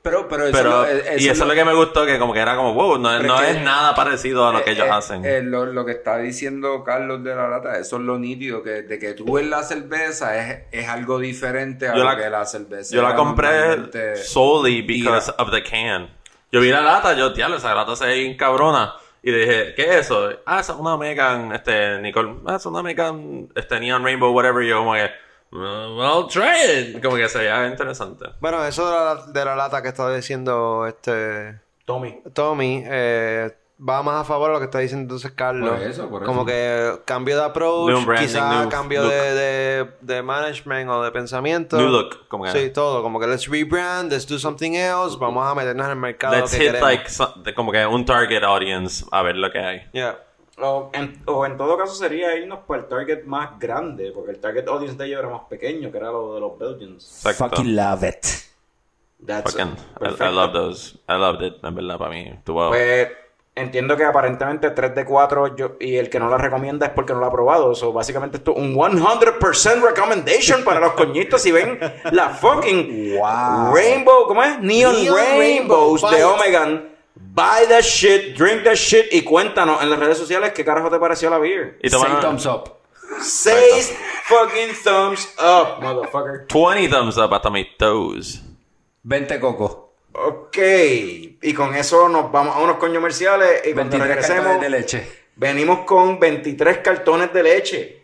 Pero, pero, eso
Pero,
lo- eh,
y eso es lo que me gustó, que como que era como, wow, no,
Pero
no
es que-
es nada parecido a lo que
Eh,
ellos
eh,
hacen.
eh, lo, lo que está diciendo Carlos de la Lata, eso es lo nítido, que de que tú en la cerveza es, es algo diferente a
Yo
lo
la-
que la cerveza.
Yo la compré solely
tira.
because of the can. Yo vi la lata, yo, diablo, esa lata se ve bien cabrona. Y le dije, ¿qué es eso? Ah, esa es una Megan, este, Nicole, ah, es una Megan, este, Neon Rainbow, whatever. Y yo como que, "Mm, well, try it. Como que se veía interesante.
Bueno, eso de la, de la lata que está diciendo este
Tommy.
Tommy eh, va más a favor de lo que está diciendo entonces Carlos.
Por eso, por eso.
Como que cambio de
New
approach,
branding,
quizás
new
cambio
look.
de, de, de management o de pensamiento.
New look, como que.
Sí, todo. Como que let's rebrand, let's do something else, vamos a meternos en el mercado
Let's
que
hit
queremos.
like, some- de- como que un target audience a ver lo que hay.
Yeah.
O en, o en todo caso sería irnos por el target más grande, porque el target audience de ellos era más pequeño, que era lo de los Belgians.
Fucking love it.
That's
Fucking- I, I
perfecto.
love those. I loved it. En verdad, para mí.
Oh.
Estuvo-
Pues entiendo que aparentemente 3 de 4 yo, y el que no la recomienda es porque no la ha probado. So, básicamente esto es un 100% recommendation para los coñitos si ven la fucking Rainbow, ¿cómo es? Neon,
Neon
Rainbows
Rainbow,
de
buy it.
Omegan. Buy that shit, drink that shit y cuéntanos en las redes sociales qué carajo te pareció la beer.
Y toma- Seis thumbs
up.
Seis fucking thumbs up, motherfucker.
20 thumbs up hasta mis toes.
20 coco.
Ok, y con eso nos vamos a unos coños comerciales y cuando
23
regresemos
cartones de leche.
venimos con 23 cartones de leche.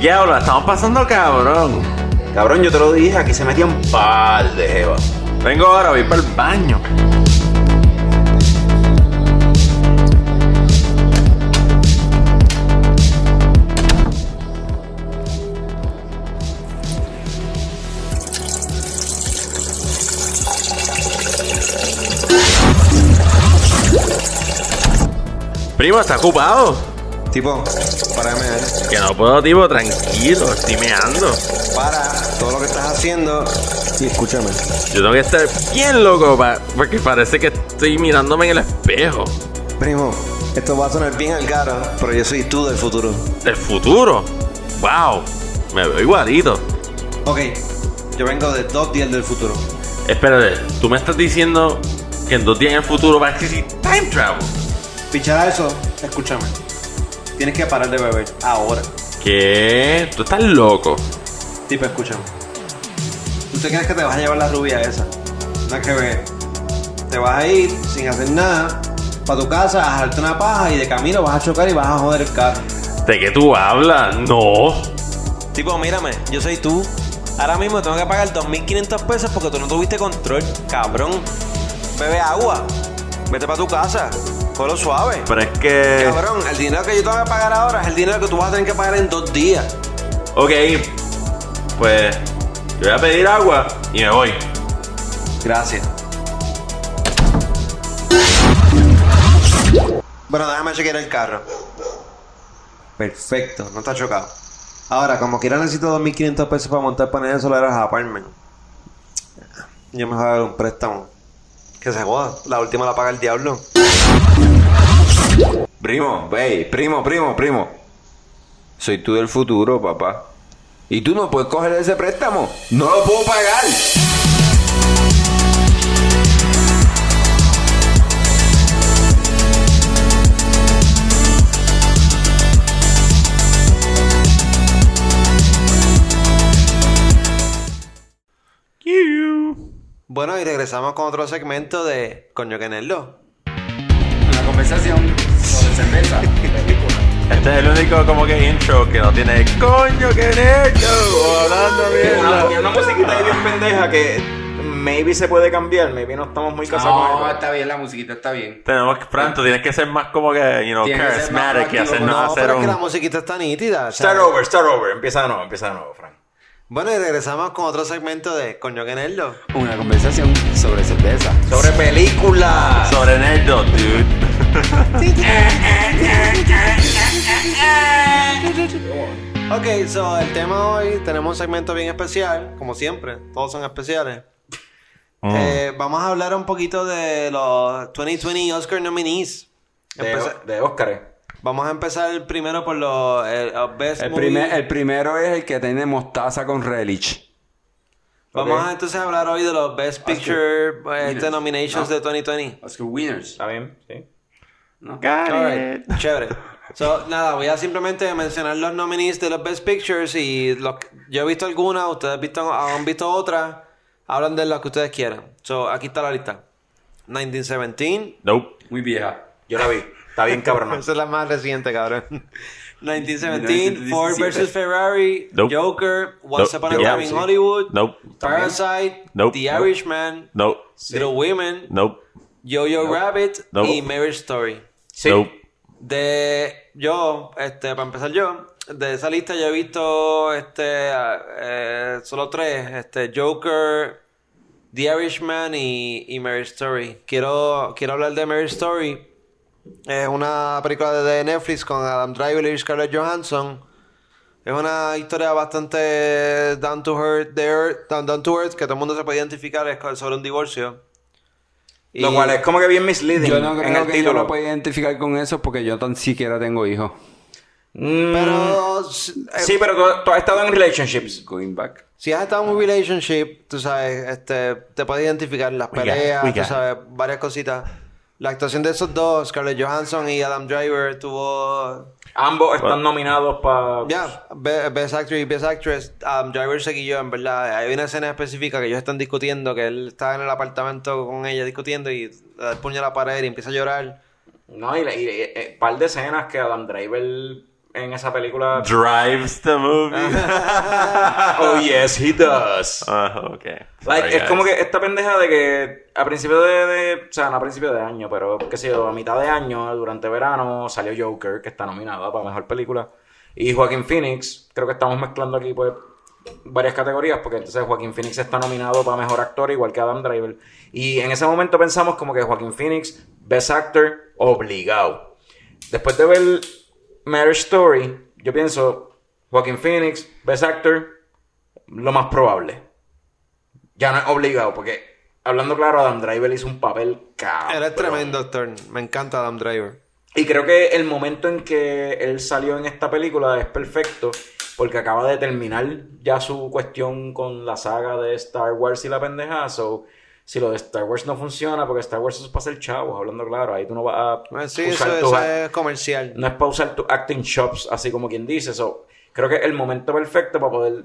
Diablo, la estamos pasando cabrón.
Cabrón, yo te lo dije, aquí se metían un par de jeva.
Vengo ahora, voy para el baño. Primo, ¿está ocupado?
Tipo, para de mear.
Que no puedo, tipo, tranquilo, estoy meando.
Para todo lo que estás haciendo y escúchame.
Yo tengo que estar bien loco, pa- porque parece que estoy mirándome en el espejo.
Primo, esto va a sonar bien al caro, pero yo soy tú del futuro.
El futuro. ¡Wow! Me veo igualito.
Ok, yo vengo de dos días del futuro.
Espérate, tú me estás diciendo que en dos días en el futuro va a existir time travel.
Pichada eso, escúchame. Tienes que parar de beber ahora.
¿Qué? Tú estás loco.
Tipo, escúchame. ¿Tú te crees que te vas a llevar la rubia esa? La que ve. Te vas a ir sin hacer nada para tu casa a darte una paja y de camino vas a chocar y vas a joder el carro.
¿De qué tú hablas? No.
Tipo, mírame, yo soy tú. Ahora mismo tengo que pagar 2.500 pesos porque tú no tuviste control, cabrón. Bebe agua. Vete para tu casa. Colo suave.
Pero es que...
Cabrón, el dinero que yo te voy a pagar ahora es el dinero que tú vas a tener que pagar en dos días.
Ok, pues yo voy a pedir agua y me voy.
Gracias. este- Bueno, déjame chequear el carro. Perfecto, no está chocado. Ahora, como quiera necesito 2.500 pesos para montar paneles solares a apartment. Yo me voy a dar un préstamo. Que se joda, la última la paga el diablo.
Primo, wey, primo, primo, primo. Soy tú del futuro, papá. Y tú no puedes coger ese préstamo. No lo puedo pagar.
Bueno, y regresamos con otro segmento de Coño que Nerdo.
La conversación sobre cerveza.
Este es el único como que intro que no tiene coño que nerdo hablando
Una,
mierda.
tiene una musiquita ahí bien pendeja que maybe se puede cambiar, maybe no estamos muy casados con
No,
el-
está bien la musiquita, está bien.
Tenemos que, Fran, tú tienes que ser más como que, you know,
Tienes que ser más
charismatic y
proactivo,
hacernos
No,
hacer
pero es que la
un...
musiquita está nítida. o sea.
Start over, start over, empieza de nuevo, empieza de nuevo, Frank.
Bueno, y regresamos con otro segmento de Coño que Nerdo.
Una conversación sobre cerveza.
Sobre películas.
Sobre nerdo, dude.
Ok, so el tema hoy tenemos un segmento bien especial, como siempre, todos son especiales.
Oh.
Mm.
Eh, vamos a hablar un poquito de los 2020 Oscar nominees.
De,
Empeza-
de Oscar. ¿eh?
vamos a empezar primero por los el, uh, Best
El,
Movie.
primer- el primero es el que tiene mostaza con relish.
Vamos
ok.
a entonces a hablar hoy de los Best Picture eh, este, nominations
No.
de 2020.
Oscar Winners.
¿Está bien? Sí.
Alright, Chévere. So, nada, voy a simplemente mencionar los nominees de los Best Pictures y los, yo he visto algunas, ustedes han visto, han visto otras, hablan de las que ustedes quieran. So, aquí está la lista. 1917,
Nope.
Muy vieja.
Yo la vi. Está bien
(laughs)
cabrón.
Esa es la más reciente, cabrón. 1917,
1917.
Ford vs. Ferrari,
Nope.
Joker, Once
Nope.
Upon a
Yeah.
Time in Hollywood,
Nope.
Parasite,
Nope.
The
Nope.
Irishman,
Nope.
Little Women,
Nope.
Yo-Yo Rabbit
Nope.
y Marriage Story.
Sí.
Nope.
De yo, este, para empezar yo, de esa lista yo he visto este eh, solo tres, este Joker, The Irishman y, y Marriage Story. Quiero, quiero hablar de Marriage Story. Es una película de Netflix con Adam Driver y Scarlett Johansson. Es una historia bastante down to earth, de earth- down, down to earth que todo el mundo se puede identificar es con- sobre un divorcio.
Lo cual es como que bien misleading
Yo no creo
en el
que
título.
yo me pueda identificar con eso porque yo tan siquiera tengo hijos.
Pero.
Mm,
eh,
Sí, pero tú, tú has estado en relationships.
Going back.
Si has estado en un relationship, tú sabes, este, te puedes identificar las
got-
peleas,
we
tú
got
sabes, varias cositas. La actuación de esos dos, Scarlett Johansson y Adam Driver, tuvo...
Ambos están nominados para...
Ya, Be- Best Actor y Best Actress. Adam Driver seguilló, en verdad. Hay una escena específica que ellos están discutiendo, que él está en el apartamento con ella discutiendo y le da el puño a la pared y empieza a llorar.
No, y, y- y- eh, par de escenas que Adam Driver en esa
(laughs)
película...
Drives the movie.
oh yes, he does.
Ah, ok.
Like,
Sorry,
es
guys.
como que esta pendeja de que a principio de, de- O sea, no a principio de año, pero qué sé yo, a mitad de año, durante verano, salió Joker, que está nominada para mejor película. Y Joaquín Phoenix, creo que estamos mezclando aquí, pues, varias categorías, porque entonces Joaquín Phoenix está nominado para mejor actor, igual que Adam Driver. Y en ese momento pensamos como que Joaquín Phoenix, best actor, obligado. Después de ver Marriage Story, yo pienso, Joaquín Phoenix, best actor, lo más probable. Ya no es obligado, porque hablando claro, Adam Driver hizo un papel cabrón.
Era tremendo actor. Me encanta Adam Driver.
Y creo que el momento en que él salió en esta película es perfecto, porque acaba de terminar ya su cuestión con la saga de Star Wars y la pendejada. So, si lo de Star Wars no funciona, porque Star Wars es para ser chavos, hablando claro, ahí Pues tú no vas a.
Eh, Sí,
usar
eso,
tu
eso
a-
es comercial.
no es para usar tu acting shops, así como quien dice. So, creo que el momento perfecto para poder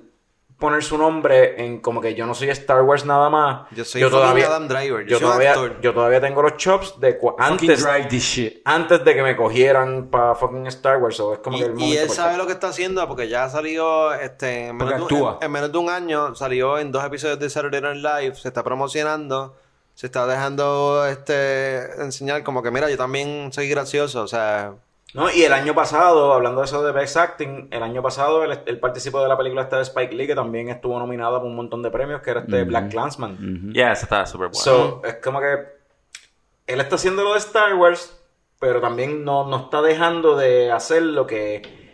poner su nombre en como que yo no soy Star Wars nada más.
Yo soy fucking Adam Driver, yo soy un
todavía,
actor.
yo todavía tengo los chops de cua- antes, antes de que me cogieran para fucking Star Wars. So, es como
Y,
que el
y
momento
él sabe
perfecto.
lo que está haciendo porque ya salió este, en,
Porque
menos de un,
actúa.
en- en menos de un año, salió en dos episodios de Saturday Night Live, se está promocionando, se está dejando este enseñar como que mira, yo también soy gracioso, o sea,
¿no? Y el año pasado, hablando de eso de Best Acting, el año pasado él, él participó de la película esta de Spike Lee, que también estuvo nominada por un montón de premios, que era este Black Clansman.
Yeah, esa estaba súper buena.
So, es como que él está haciendo lo de Star Wars, pero también no, no está dejando de hacer lo que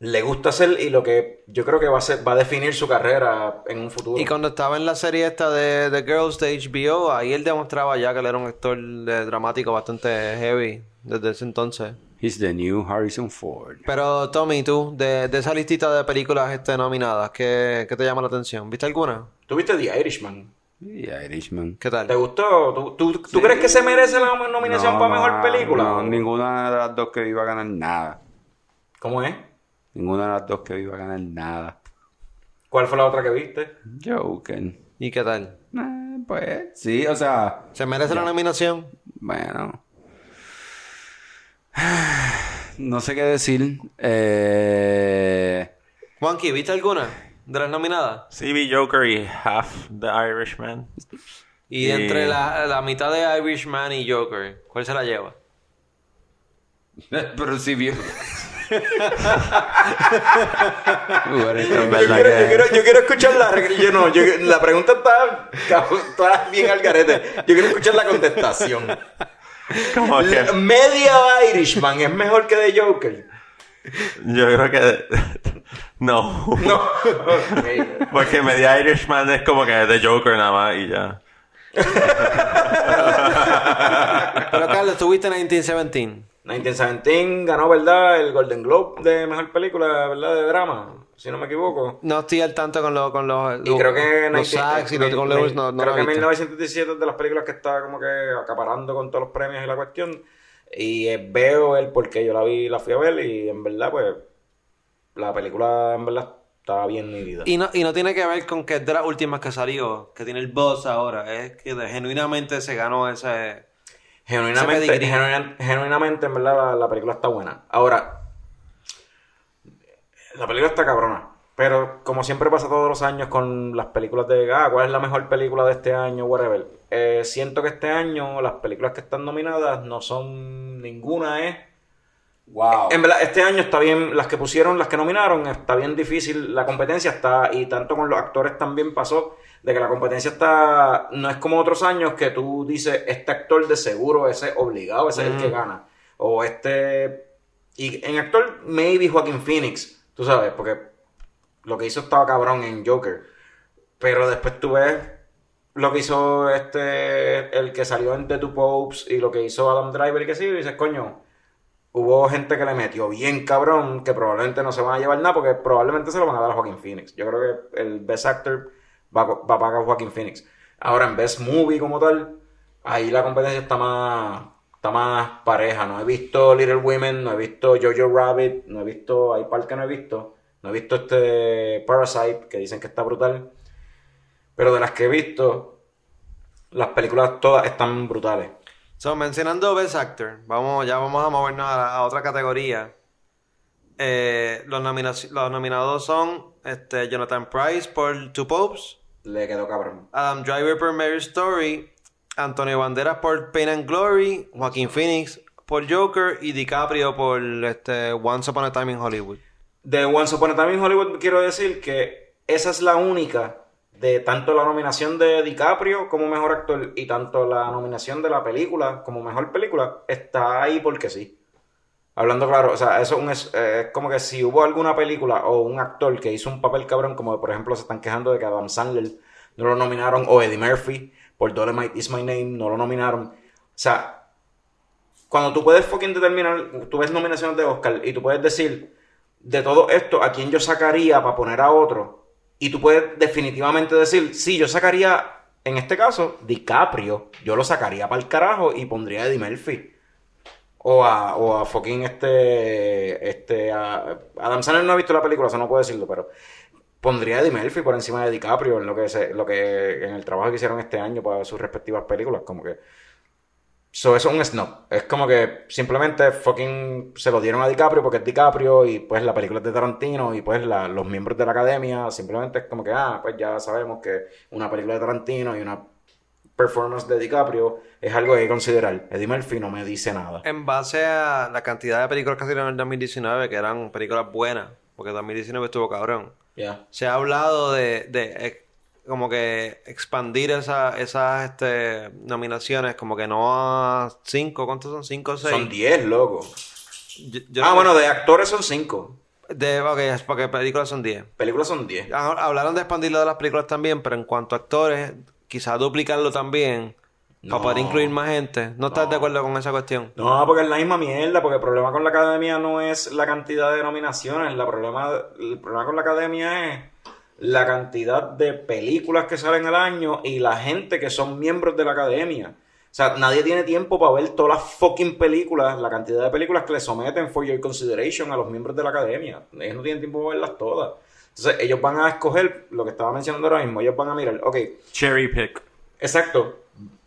le gusta hacer y lo que yo creo que va a, ser, va a definir su carrera en un futuro.
y cuando estaba en la serie esta de, de Girls de HBO, ahí él demostraba ya que él era un actor eh, dramático bastante heavy desde ese entonces.
He's the new Harrison Ford.
Pero Tommy, tú, de, de esa listita de películas este, nominadas, ¿qué, ¿qué te llama la atención? ¿Viste alguna?
¿Tuviste The Irishman?
Y Irishman.
¿Qué tal?
¿Te gustó? ¿Tú, tú- tú crees que se merece la nominación
No,
para
no,
mejor película?
No, ninguna de las dos que iba a ganar nada.
¿Cómo es?
Ninguna de las dos que iba a ganar nada.
¿Cuál fue la otra que viste?
Joker.
¿Y qué tal?
Eh, pues, sí, o sea,
¿Se merece la nominación?
Bueno. (sighs) No sé qué decir. Eh, (laughs)
Juanqui, ¿viste alguna de las nominadas?
Sí, vi Joker y Half the Irishman.
Y
Eh.
entre la, la mitad de Irishman y Joker, ¿cuál se
(laughs)
la lleva?
Pero si (laughs) vio. Bueno, esto es
Yo quiero, yo
verdad Pues que-
quiero- yo quiero escuchar la...
(laughs)
reg- Yo no, yo- la pregunta está, cabrón, está bien al garete. Yo quiero escuchar la contestación.
Como que
La- Media Irishman es mejor que The Joker.
yo creo que (laughs) no.
No.
Porque Media Irishman es como que de Joker nada más y ya.
Pero Carlos, ¿tuviste 1917?
1917 ganó, ¿verdad? El Golden Globe de mejor película, ¿verdad? De drama, si no me equivoco.
No estoy al tanto con, lo- con los,
Y creo que...
los
19-
sacks y los
mil-
goles,
mil-
no, no
creo
la
que
viste.
1917 es de las películas que está como que acaparando con todos los premios y la cuestión. Y eh, veo el porque yo la vi, la fui a ver y en verdad, pues, la película en verdad está bien nítida.
Y no, y no tiene que ver con que es de las últimas que salió, que tiene el boss ahora. Es que de- genuinamente se ganó ese...
Genuinamente,
Ese pedigrí.
genuina- genuinamente, en verdad, la, la película está buena. Ahora, la película está cabrona. Pero como siempre pasa todos los años con las películas de, ah, ¿cuál es la mejor película de este año? Whatever. Eh, siento que este año las películas que están nominadas no son, ninguna es
Wow.
En verdad, este año está bien, las que pusieron, las que nominaron, está bien difícil, la competencia está, y tanto con los actores también pasó, de que la competencia está, no es como otros años que tú dices, este actor de seguro, ese es obligado, ese es el que gana, o este, y en actor, maybe Joaquín Phoenix, tú sabes, porque lo que hizo estaba cabrón en Joker, pero después tú ves lo que hizo este, el que salió en The Two Popes y lo que hizo Adam Driver y que sí, y dices, coño, hubo gente que le metió bien cabrón, que probablemente no se van a llevar nada, porque probablemente se lo van a dar a Joaquin Phoenix. Yo creo que el Best Actor va, va a pagar a Joaquin Phoenix. Ahora, en Best Movie como tal, ahí la competencia está más, está más pareja. No he visto Little Women, no he visto Jojo Rabbit, no he visto, hay par que no he visto. No he visto este Parasite, que dicen que está brutal. Pero de las que he visto, las películas todas están brutales.
So, mencionando Best Actor, vamos, ya vamos a movernos a, la- a otra categoría. Eh, los, nominaci- los nominados son este, Jonathan Price por Two Popes,
Le quedó cabrón.
Adam Driver por Marriage Story, Antonio Banderas por Pain and Glory, Joaquin Phoenix por Joker y DiCaprio por este, Once Upon a Time in Hollywood.
de Once Upon a Time in Hollywood quiero decir que esa es la única de tanto la nominación de DiCaprio como mejor actor y tanto la nominación de la película como mejor película está ahí porque sí. Hablando claro, o sea, eso es, un es- eh, es como que si hubo alguna película o un actor que hizo un papel cabrón, como por ejemplo se están quejando de que Adam Sandler no lo nominaron o Eddie Murphy por Dolemite Is My Name no lo nominaron. O sea, cuando tú puedes fucking determinar, tú ves nominaciones de Oscar y tú puedes decir, de todo esto, ¿a quién yo sacaría para poner a otro? Y tú puedes definitivamente decir, sí, yo sacaría, en este caso, DiCaprio, yo lo sacaría para el carajo y pondría a Eddie Murphy. O a, o a fucking este, este, a- Adam Sandler no ha visto la película, eso no puedo decirlo, pero pondría a Eddie Murphy por encima de DiCaprio en lo que, se- lo que, en el trabajo que hicieron este año para sus respectivas películas, como que... So, eso es un snob. Es como que simplemente fucking se lo dieron a DiCaprio porque es DiCaprio y pues la película es de Tarantino y pues la- los miembros de la academia simplemente es como que, ah, pues ya sabemos que una película de Tarantino y una performance de DiCaprio es algo que hay que considerar. Eddie Murphy no me dice nada.
En base a la cantidad de películas que salieron en el 2019, que eran películas buenas, porque 2019 estuvo cabrón.
Ya.
se ha hablado de, de, eh, como que expandir esa- esas este, nominaciones, como que no a cinco, ¿cuántos son? ¿Cinco o seis?
Son 10, loco.
Yo- yo
ah,
no-
bueno, de actores son 5.
de- ok, es porque películas son 10.
Películas son 10.
Ha- Hablaron de expandirlo de las películas también, pero en cuanto a actores, quizás duplicarlo también
No.
para poder incluir más gente. ¿No estás de acuerdo con esa cuestión?
No, porque es la misma mierda, porque el problema con la academia no es la cantidad de nominaciones, la problema, el problema con la academia es la cantidad de películas que salen al año y la gente que son miembros de la academia. O sea, nadie tiene tiempo para ver todas las fucking películas, la cantidad de películas que le someten for your consideration a los miembros de la academia. Ellos no tienen tiempo para verlas todas. Entonces, ellos van a escoger lo que estaba mencionando ahora mismo, ellos van a mirar, ok,
Cherry pick.
Exacto.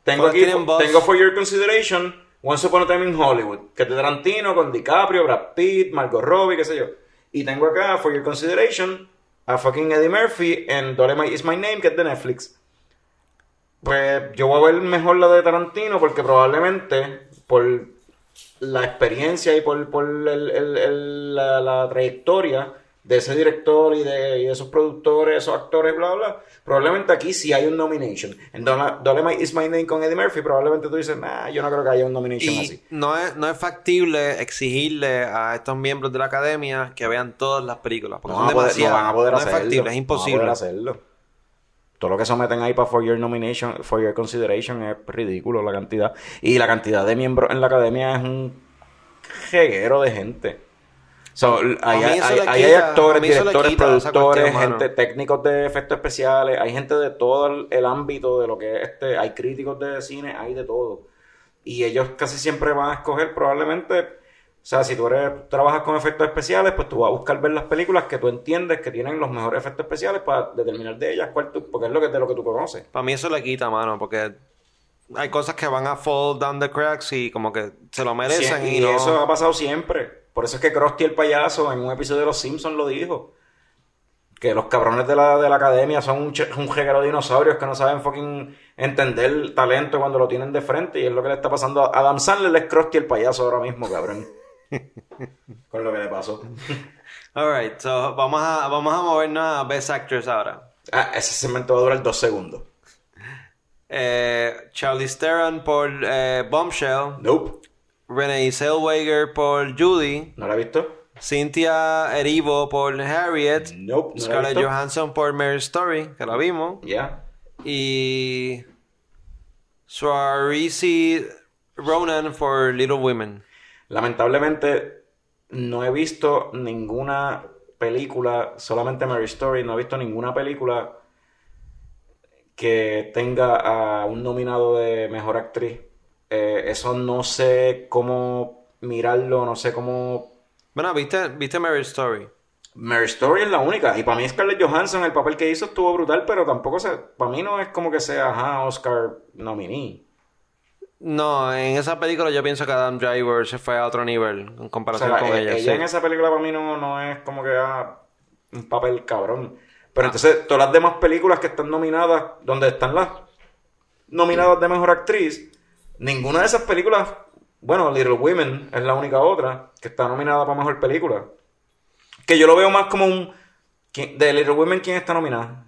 Tengo
¿Cuál
aquí,
tienen voz?
tengo For Your Consideration, Once Upon a Time in Hollywood, que es de Tarantino, con DiCaprio, Brad Pitt, Margot Robbie, qué sé yo. Y tengo acá For Your Consideration a fucking Eddie Murphy en Dolemite Is My Name, que es de Netflix. Pues yo voy a ver mejor la de Tarantino porque probablemente por la experiencia y por, por el- el- el- la, la trayectoria de ese director y de, y de esos productores, esos actores, bla, bla, probablemente aquí sí hay un nomination. En Dole- Dolemite Is My Name con Eddie Murphy, probablemente tú dices, nah, yo no creo que haya un nomination
Y
así.
no es, no es factible exigirle a estos miembros de la academia que vean todas las películas, porque
No
son
van a poder, no
demasiadas.
van a poder
No
hacerlo.
es factible, es
no van a poder
imposible.
hacerlo. Todo lo que someten ahí para For Your Nomination, For Your Consideration es ridículo la cantidad. Y la cantidad de miembros en la academia es un jeguero de gente. So, l- ahí
mí
hay,
eso
hay-
le
ahí
quita-
hay
a
actores,
mí eso le
directores,
quita esa
productores,
cuestión, mano.
gente técnicos de efectos especiales, hay gente de todo el, el ámbito de lo que es este, hay críticos de cine, hay de todo. Y ellos casi siempre van a escoger probablemente, o sea, si tú eres, trabajas con efectos especiales, pues tú vas a buscar ver las películas que tú entiendes que tienen los mejores efectos especiales para determinar de ellas cuál tú, porque es lo que, de lo que tú conoces.
Para mí eso le quita, mano, porque hay cosas que van a fall down the cracks y como que se lo merecen
Sí,
y,
y
no...
eso ha pasado siempre. Por eso es que Krusty el payaso en un episodio de Los Simpsons lo dijo. Que los cabrones de la, de la academia son un, che- un reguero de dinosaurios que no saben fucking entender el
(laughs)
talento cuando lo tienen de frente. Y es lo que le está pasando a Adam Sandler, es Krusty el payaso ahora mismo, cabrón. Con lo que le pasó.
Alright, so vamos a, vamos a movernos a Best Actress ahora.
Ah, ese segmento va a durar dos segundos.
Eh, Charlize Theron por eh, Bombshell.
Nope.
Renee Zellweger por Judy.
¿No la has visto?
Cynthia Erivo por Harriet.
Nope, no la he
Scarlett
visto.
Johansson por Mary Story, que la vimos.
Ya.
Y. Suarisi Ronan por Little Women.
Lamentablemente, no he visto ninguna película, solamente Mary Story, no he visto ninguna película que tenga a un nominado de mejor actriz. Eh, eso no sé cómo mirarlo, no sé cómo.
Bueno, ¿viste, viste Mary Story?
Mary Story es la única, y para mí Scarlett Johansson, el papel que hizo estuvo brutal, pero tampoco se. Para mí no es como que sea, ajá, Oscar nominee.
No, en esa película yo pienso que Adam Driver se fue a otro nivel en
O
comparación
sea,
con
e-
ella.
ella
sí.
en esa película para mí no, no es como que ah, un papel cabrón. Pero
Ah.
entonces, todas las demás películas que están nominadas, donde están las nominadas de mejor actriz, ninguna de esas películas, bueno, Little Women es la única otra que está nominada para mejor película. Que yo lo veo más como un. ¿quién- De Little Women, ¿quién está nominada?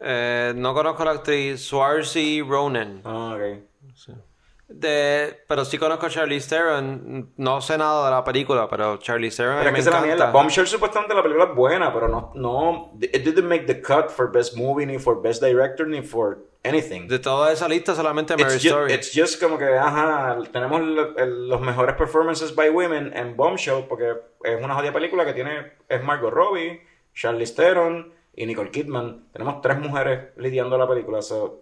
Eh, no conozco a la actriz Swarcy Ronan.
Ah, ok.
De, pero sí conozco a Charlize Theron. No sé nada de la película, pero Charlize Theron a mí
Pero es
me
que esa es la
encanta.
mierda. Bombshell supuestamente la película es buena, pero no, no, it didn't make the cut for best movie, ni for best director, ni for anything.
De toda esa lista solamente Mary
it's ju-
Story.
it's just como que, ajá, tenemos lo- el- los mejores performances by women en Bombshell, porque es una jodida película que tiene, es Margot Robbie, Charlize Theron y Nicole Kidman. Tenemos tres mujeres lidiando la película, so,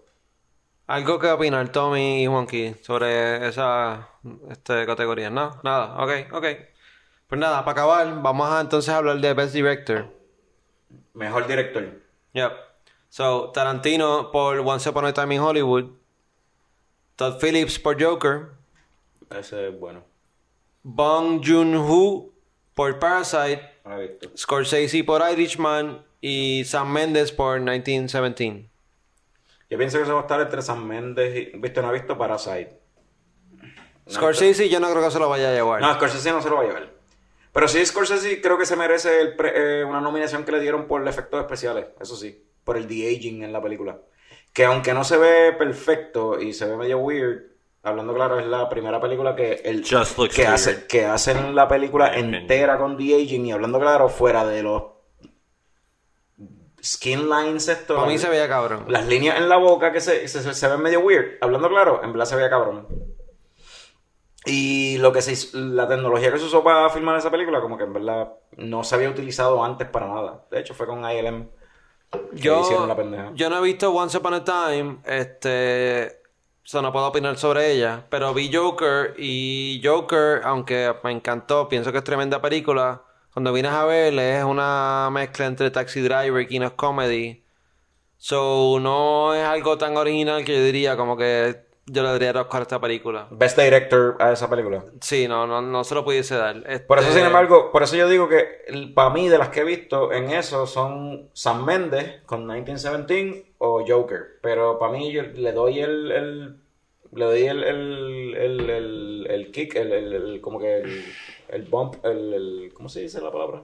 Algo que opinar Tommy y Juanqui sobre esa este, categoría. No, nada. Ok, ok. Pues nada, para acabar, vamos a entonces hablar de Best Director.
mejor director.
Yep. So, Tarantino por Once Upon a Time in Hollywood. Todd Phillips por Joker.
Ese es bueno,
Bong Joon-ho por Parasite.
no lo he visto.
Scorsese por Irishman. Y Sam Mendes por 1917.
Yo pienso que se va a estar entre San Méndez y, visto, no ha visto Parasite.
Scorsese yo no creo que se lo vaya a llevar.
No, Scorsese no se lo va a llevar. Pero sí, Scorsese creo que se merece el pre- eh, una nominación que le dieron por efectos especiales, eso sí, por el de-aging en la película. Que aunque no se ve perfecto y se ve medio weird, hablando claro, es la primera película que, el,
Just looks
que,
weird.
hace, que hacen la película entera con de-aging y hablando claro, fuera de los skin lines esto.
Para mí se veía cabrón.
Las líneas en la boca que se, se, se- se ven medio weird. Hablando claro, en verdad se veía cabrón. Y lo que se hizo- la tecnología que se usó para filmar esa película, como que en verdad no se había utilizado antes para nada. De hecho, fue con ILM que
Yo,
hicieron la pendeja.
yo no he visto Once Upon a Time, este, o sea, no puedo opinar sobre ella, pero vi Joker y Joker, aunque me encantó, pienso que es tremenda película, cuando vienes a ver es una mezcla entre Taxi Driver y King of Comedy, so no es algo tan original que yo diría como que yo le daría el Oscar a esta película.
Best director a esa película.
Sí, no, no, no se lo pudiese dar.
Por eso,
Este,
sin embargo, por eso yo digo que para mí, de las que he visto en eso, son San Méndez con 1917 o Joker. Pero para mí, yo le doy el. el- le doy el, el, el, el- el kick, el, el- el- como que el, el bump, el, el- ¿Cómo se dice la palabra?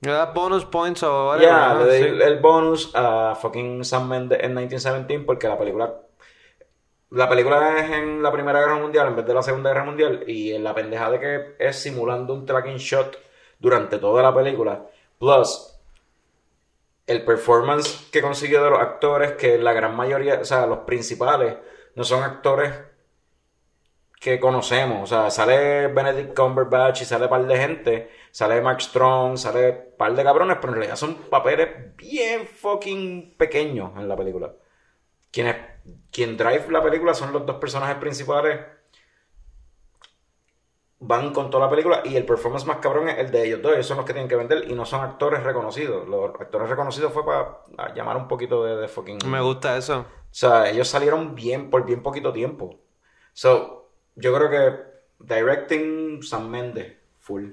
¿Le das bonus points o
Ya,
whatever, no?
le doy
Sí.
el, el bonus a fucking San Méndez en 1917 porque la película. La película es en la Primera Guerra Mundial en vez de la Segunda Guerra Mundial y en la pendeja de que es simulando un tracking shot durante toda la película. Plus, el performance que consiguió de los actores, que la gran mayoría, o sea, los principales, no son actores que conocemos. O sea, sale Benedict Cumberbatch y sale un par de gente, sale Mark Strong, sale un par de cabrones, pero en realidad son papeles bien fucking pequeños en la película. Quienes, quien drive la película son los dos personajes principales. Van con toda la película y el performance más cabrón es el de ellos dos. Ellos son los que tienen que vender y no son actores reconocidos. Los actores reconocidos fue para llamar un poquito de, de fucking.
Me gusta eso.
O sea, ellos salieron bien por bien poquito tiempo. So, yo creo que directing San Méndez, full.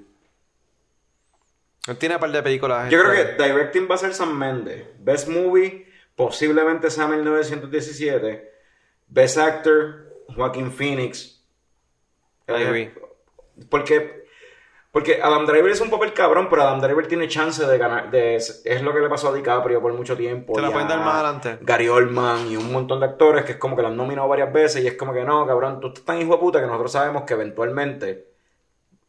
Él Tiene un par de películas.
Yo creo
este,
que directing va a ser San Méndez. Best movie, posiblemente sea 1917. Best actor, Joaquin Phoenix. Eh,
I agree.
Porque, porque Adam Driver es un papel cabrón, pero Adam Driver tiene chance de ganar. de- es lo que le pasó a DiCaprio por mucho tiempo.
Te la
y
pueden
a
dar más adelante.
Gary Oldman y un montón de actores que es como que lo han nominado varias veces y es como que no, cabrón, tú estás tan hijo de puta que nosotros sabemos que eventualmente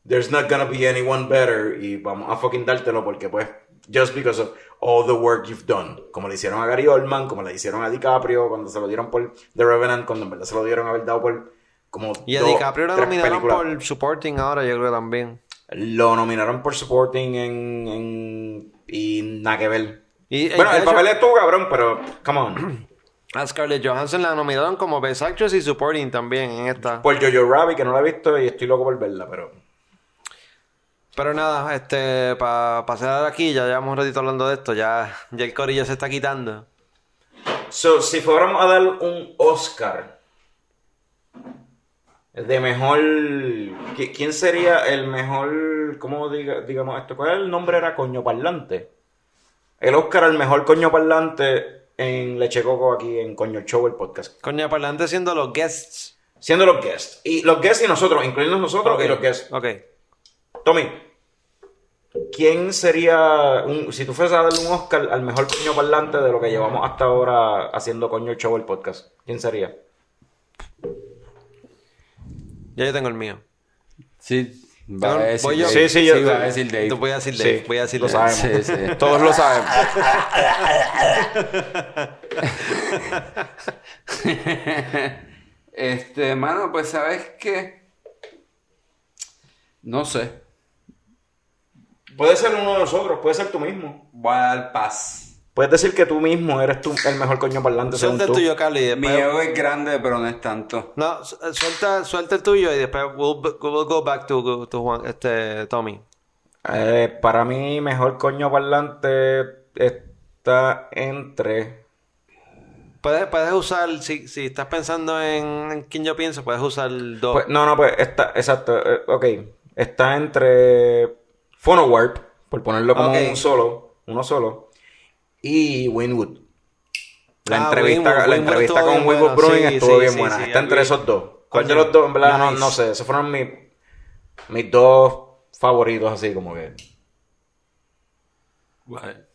there's not gonna be anyone better y vamos a fucking dártelo porque pues just because of all the work you've done como le hicieron a Gary Oldman como le hicieron a DiCaprio cuando se lo dieron por The Revenant cuando en verdad se lo dieron haber dado por como
Y a
dos,
DiCaprio lo
tres
nominaron
películas.
por Supporting ahora, yo creo también.
lo nominaron por supporting en, en- y nada que ver
Y-
bueno
y de
el papel
hecho-
estuvo cabrón pero come on
A Scarlett Johansson la nominaron como Best Actress y Supporting también en esta.
por Jojo Rabbit que no la he visto y estoy loco por verla pero
Pero nada, este, para pasar aquí, ya llevamos un ratito hablando de esto, ya, ya el corillo se está quitando.
So, si fuéramos a dar un Oscar de mejor. ¿qui- ¿Quién sería el mejor. ¿Cómo diga- digamos esto? ¿Cuál el nombre? Era coño parlante. El Oscar al mejor coño parlante en Leche Coco aquí en Coño Show, el podcast.
Coño, para adelante siendo los guests.
Siendo los guests. Y los guests y nosotros, incluyendo nosotros
Ok,
y los guests.
Ok.
Tommy, ¿quién sería. un- si tú fueras a darle un Oscar al mejor coño parlante de lo que llevamos hasta ahora haciendo Coño Show, el podcast? ¿Quién sería?
Ya yo tengo el mío.
Sí, va a
Tengo-
decir
voy yo.
Sí,
Dave.
sí, yo-
va a decir Dave.
Tú voy a decir Dave,
Sí,
voy a decir
lo
Dave.
sabemos.
Sí, sí.
Todos lo
(laughs)
sabemos.
(laughs) Este, mano, pues sabes qué. No sé.
Puede ser uno de nosotros, puede ser tú mismo.
Voy a dar paz.
Puedes decir que tú mismo eres tú el mejor coño parlante según
Suelta el
tú.
tuyo, Carlos, y
Mi
después...
ego es grande, pero no es tanto.
No, su- suelta, suelta el tuyo y después we'll, b- we'll go back to, to Juan, este, Tommy.
Eh, para mí, mejor coño parlante está entre.
Puedes, puedes usar, si, si estás pensando en, en quién yo pienso, puedes usar dos.
Pues, no, no, pues está, exacto, eh, ok. Está entre Phonowarp, por ponerlo como
Ok.
un solo, uno solo, y Winwood. La
Ah,
entrevista,
Winwood,
la
Winwood
entrevista
estuvo
con
bien
Winwood
buena,
Brewing
sí,
estuvo
sí,
bien
sí,
buena.
sí,
está entre
agree.
esos dos. ¿Cuál de
Coño,
los dos? En verdad, no,
nice.
no sé. Esos fueron mis, mis dos favoritos, así como que.
Vale.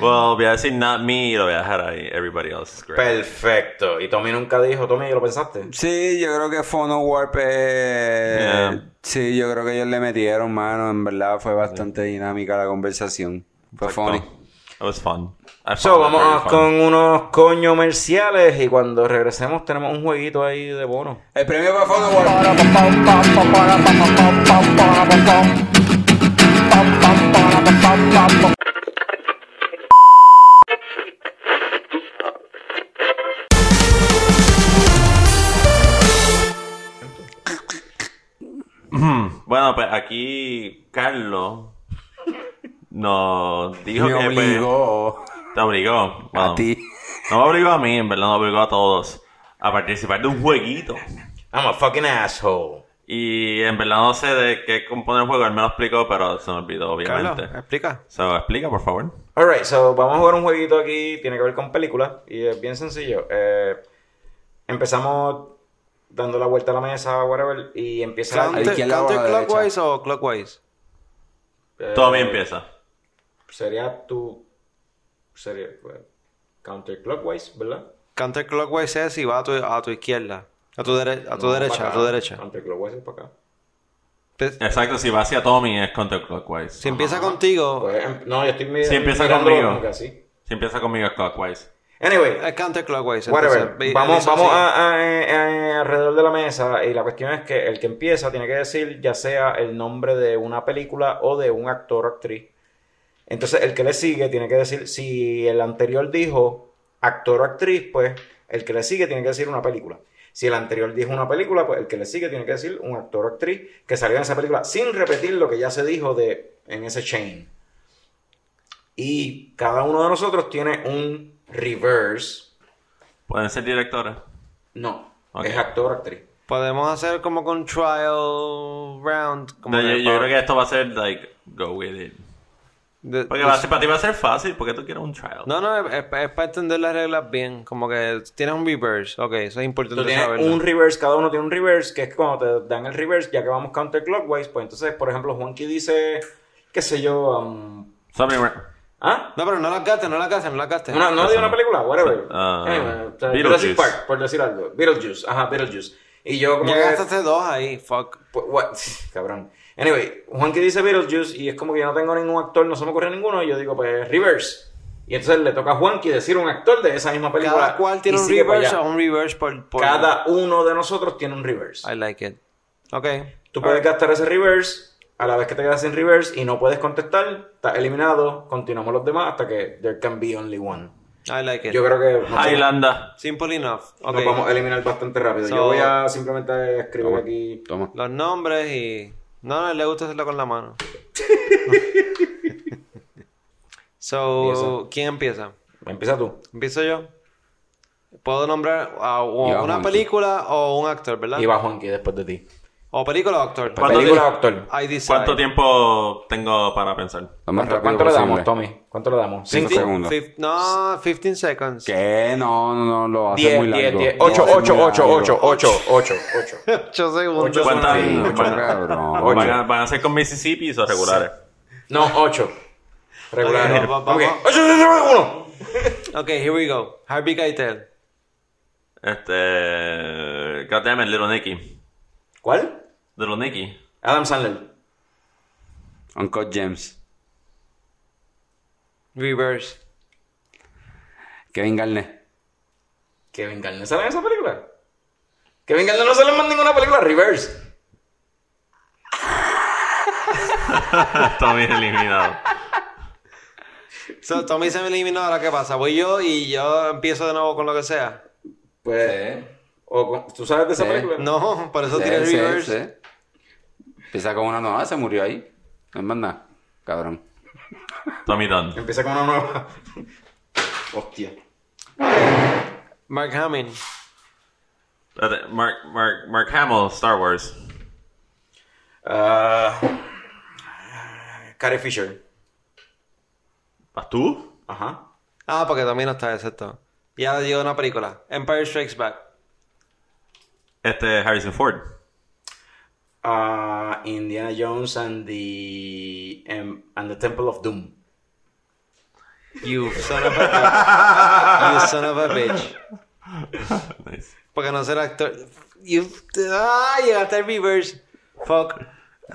well, voy a decir not me y lo voy a dejar ahí. Everybody else is great.
Perfecto. Y Tommy nunca dijo, Tommy, ¿lo pensaste?
Sí, yo creo que Phono Warp es...
Yeah.
eh, Sí, yo creo que ellos le metieron mano. En verdad fue bastante dinámica la conversación. Fue funny.
That was fun. I found
So,
that very
vamos
fun.
con unos coño comerciales y cuando regresemos tenemos un jueguito ahí de bono.
El premio fue Phono Warp.
Bueno, pues aquí Carlos nos dijo
Me
que pues,
obligó
te obligó. Bueno,
a ti.
No me obligó a mí, en verdad, nos obligó a todos a participar de un jueguito.
I'm a fucking asshole.
Y en verdad no sé de qué compone el juego, él me lo explicó, pero se me olvidó,
Carlos,
obviamente.
explica.
eh.
So, explica, por favor.
Alright, so vamos a jugar un jueguito aquí, tiene que ver con películas y es bien sencillo. Eh, empezamos dando la vuelta a la mesa, whatever, y empieza...
Claro.
Counter,
izquierda o a la
¿Counterclockwise o clockwise?
eh,
Tommy empieza.
Sería tu... Sería... eh, counterclockwise, ¿verdad?
Counterclockwise es si va a tu, a tu izquierda. A tu, dere- a tu
No, para
derecha, a tu
acá.
derecha.
Counterclockwise es para acá.
Te-
Exacto, si va hacia Tommy es counterclockwise.
si empieza contigo,
Pues, em- no, yo estoy mi-
Sí, empieza
mirándolo
conmigo.
como que así.
Si empieza conmigo es clockwise.
Anyway,
es counterclockwise.
Whatever.
entonces, ve-
Vamos,
eso
vamos
sí.
a, a- a- a- alrededor de la mesa y la cuestión es que el que empieza tiene que decir ya sea el nombre de una película o de un actor o actriz. Entonces el que le sigue tiene que decir, si el anterior dijo actor o actriz, pues el que le sigue tiene que decir una película. Si el anterior dijo una película, pues el que le sigue tiene que decir un actor o actriz que salió en esa película sin repetir lo que ya se dijo de, en ese chain. Y cada uno de nosotros tiene un reverse,
Pueden ser directores.
no,
Ok.
es actor o actriz.
Podemos hacer como con trial round. Como
No,
que
yo, yo
para-
creo que esto va a ser like go with it.
De-
Porque
de-
va a ser- para ti va a ser fácil, porque tú quieres un trial.
No, no, es, para entender las reglas bien. Como que tienes un reverse. Ok, eso es importante
Tú tienes
saberlo.
un reverse, cada uno tiene un reverse, que es cuando te dan el reverse, ya que vamos counterclockwise, pues entonces, por ejemplo, Juanqui dice, qué sé yo, um, ¿ah?
No, pero no las gastes, no las gastes, no las gastes.
Una, no digo una película, whatever.
Ah,
Eh, o sea,
Beetlejuice.
Jurassic Park, por decir algo. Beetlejuice, ajá, Beetlejuice. Y yo como
Ya
que...
gastaste dos ahí, fuck.
Pues, what- (laughs) Cabrón. Anyway, Juanqui dice Beetlejuice y es como que yo no tengo ningún actor, no se me ocurre ninguno, y yo digo, pues, reverse. Y entonces le toca a Juanqui decir un actor de esa misma película.
Cada cual tiene
y
un
sigue para
reverse
allá.
o un reverse por, por-
Cada uno de nosotros tiene un reverse.
I like it. Ok.
Tú puedes gastar ese reverse, a la vez que te quedas sin reverse y no puedes contestar, estás eliminado, continuamos los demás hasta que there can be only one.
I like it.
Yo creo que no sé,
Highlander.
Simple enough.
nos
Ok.
vamos a eliminar bastante rápido.
So-
Yo voy a simplemente escribir
Toma.
aquí.
Toma.
Los nombres y... No, no, le gusta hacerlo con la
(laughs)
mano. so, ¿quién empieza?
Empieza tú.
¿Empiezo yo? Puedo nombrar a o
Y va
una
Juanqui.
película o un actor, ¿verdad?
Y va Juanqui después de ti.
O película o actor.
¿Cuánto
Película
tiempo-
actor.
I decide.
¿Cuánto tiempo tengo para pensar?
Lo más
¿Cuánto,
rápido
cuánto le damos,
posible.
Tommy? ¿Cuánto le damos?
Cinco segundos.
Fif- no, 15 seconds.
¿Qué? No, no, no, lo hace
10,
muy
10,
largo.
10. 8,
Lo hace
8,
muy
8,
largo.
8, 8, 8, 8.
(laughs)
8 segundos.
Ocho.
¿Cuántas?
Sí, ocho,
Bueno,
cabrón.
Van a, van a ser con Mississippi o regulares.
No, 8. Regular.
Ok, va- va-
Ok.
va-
8, 8, 1.
Ok, here we go. Harvey Keitel.
Este. Goddammit, Little Nicky.
¿Cuál?
Little Nicky. (laughs)
Adam Sandler.
Uncut James.
Reverse.
Kevin Garnett.
Kevin Garnett sale en esa película. Kevin Garnett no sale más en ninguna película. Reverse.
Tommy eliminado.
So, Tommy se me eliminó, ahora qué pasa. Voy yo y yo empiezo de nuevo con lo que sea.
Pues. O con- ¿Tú sabes de esa
Sí.
película?
No, por eso
Sí,
tiré
sí,
reverse.
sí. Empieza con una nueva, se murió ahí. No es más nada. Cabrón.
Tommy Dunn.
Empieza con una nueva.
(laughs)
Hostia.
Mark Hamill.
Espérate, Mark, Mark, Mark Hamill, Star Wars.
Ah, Carrie Fisher.
¿Vas tú?
Ajá.
Ah, porque Tommy no está, excepto. Y ahora digo una película. Empire Strikes Back.
Este, Harrison Ford.
Ah, Indiana Jones and the em, and the Temple of Doom.
You son of a You son of a bitch.
Nice.
Porque no ser actor. You... Ah, llegaste al reverse. Fuck.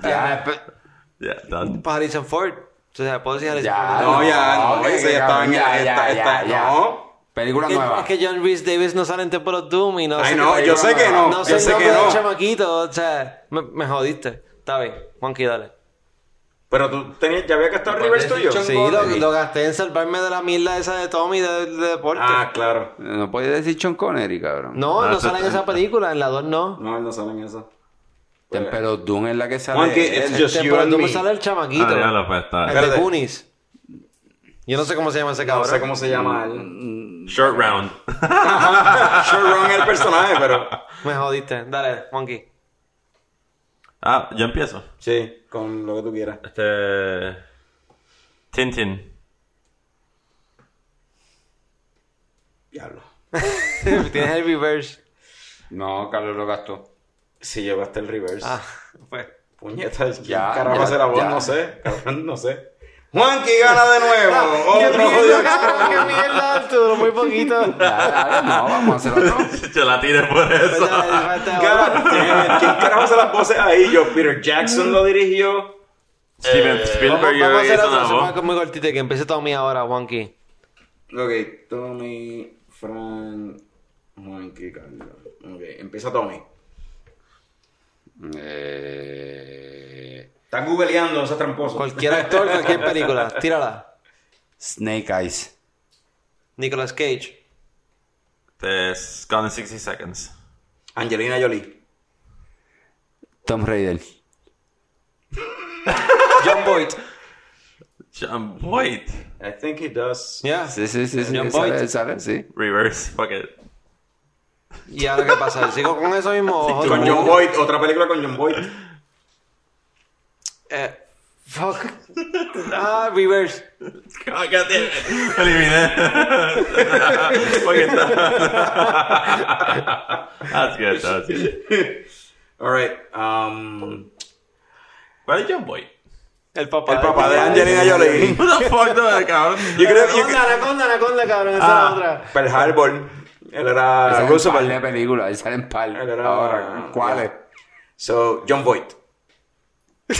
Ah.
pues,
pues
Ya,
Yeah, Dunn.
Harrison Ford. O sea, puedo decir Harrison
Ya,
Ford.
No, ya, no,
que-
esa ya estaba en-
ya,
esta-
ya,
esta-
ya, ya.
no.
Película
Es que-
nueva.
es que John Reese Davis no sale en Temple of Doom y no
Ay,
sé
no,
qué-
yo sé que no,
No
yo
sé el
sé
nombre
que
del
no.
chamaquito, o sea, me, me jodiste. Está bien, Juanqui, dale.
Pero tú tenías, ya había que estar reverse tuyo.
Sí, lo, lo gasté en salvarme de la mierda esa de Tommy de, de deporte.
Ah, claro.
No podía decir Sean Connery, cabrón.
no,
Ah,
no
eso-
sale en esa película, en la 2 no.
No, él no sale en esa.
Tem- Pero Doom es la que sale.
Juanqui, it's
él.
just you
Temple of
and
Doom
me.
sale el chamaquito.
Ah, ya lo pues, está.
el de
Espérate.
Goonies. Yo no sé cómo se llama ese
No
cabrón.
sé cómo se llama él.
Short round.
Mm. (laughs) Short Round es el personaje, pero.
Me jodiste. Dale, Juanqui.
(laughs) Ah, yo empiezo.
Sí, con lo que tú quieras.
Este. Tintin.
Diablo.
(laughs) Tienes el reverse.
No, Carlos lo gastó.
Si llevaste el reverse.
Ah, (laughs) pues.
Puñetas,
Ya,
ya. Carajo,
ya,
hace la voz,
ya.
no sé. Cabrón, no sé. Juanqui gana de (laughs) nuevo.
¡Qué
Otro jodido.
mierda, qué mierda! Arturo,
(laughs)
muy
Ya,
poquito.
ya, no, vamos a
(laughs)
hacer otro.
(laughs) yo la tiré por eso.
God damn it. ¿Quién carajo hace las voces ahí? Yo, Peter Jackson lo dirigió.
Steven
Vamos,
Spielberg
vamos a hacer
hizo
otra
una
semana
voz.
con muy cortita que empiece Tommy ahora, Juanqui.
Ok, Tommy, Frank, Juanqui, Carlos. Ok, empieza Tommy.
Eh,
Está googleando, no seas tramposo.
Cualquier actor, cualquier película. Tírala.
Snake Eyes.
Nicolas Cage.
Este es Gone in 60 Seconds.
Angelina Jolie.
Tom Raider.
John Boyd.
John Boyd.
I think he does.
Ya.
Sí, sí, sí. sí
John
sale,
Boyd.
sale, sí.
Reverse. Fuck (laughs) it.
¿Y ahora qué pasa? Sigo con eso mismo.
Con John Boyd, otra película con John Boyd.
Eh, Fuck. (laughs) Ah, reverse.
Cállate. (laughs) Eliminé. Porque está- (laughs) That's good, that's good.
Alright. Um,
¿Cuál es John Boy?
El papá.
El papá de Angelina Jolie.
(laughs) Who the fuck, no, cabrón?
Yo creo
Anaconda, anaconda, anaconda, cabrón. Esa
Ah.
es otra.
Pearl Harbor. Él era
salen par
Roosevelt.
de películas, ahí salen par.
Ah,
Él era-
Ahora, ¿cuáles?
So, John Voight.
No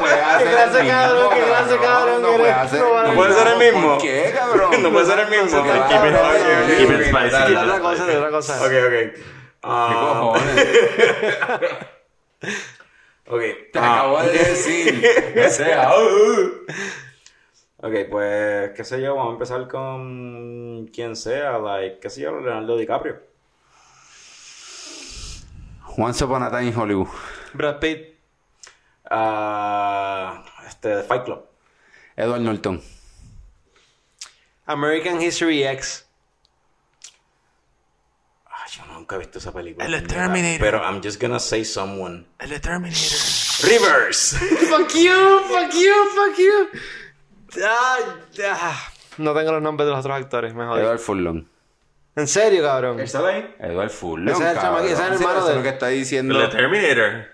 puede hacer
Qué clase
el mismo,
cabrón, qué clase cabrón,
No
que
puede
eres.
hacer.
No vale
¿No puede ser el mismo?
¿Por qué, cabrón?
No puede ser el mismo.
No, pues no,
Keep it-
no,
ok,
no,
ok,
Keep
ok.
it spicy.
De
keep
otra
it
cosa, de otra cosa.
Ok, ok.
¿Qué
Ah,
cojones?
ok.
Te
Ah,
acabo de Ah, uh, decir. (laughs) O sea,
Ok, pues, qué sé yo, vamos a empezar con quien sea, like, qué sé yo, Leonardo DiCaprio.
Once Upon a Time in Hollywood.
Brad Pitt.
Ah, este, Fight Club.
Edward Norton.
American History X.
Ah, yo nunca he visto esa película.
El Terminator.
Pero I'm just gonna say someone.
El Terminator.
Rivers.
Fuck you, fuck you, fuck you. Ah, ah. No tengo los nombres de los otros actores, me jodí.
Edward Furlong.
En serio, cabrón.
¿Está ahí?
Edward Furlong.
Ese es el
cabrón.
chama- ese es el
Sí,
hermano
eso
de-
lo que está diciendo.
El Terminator.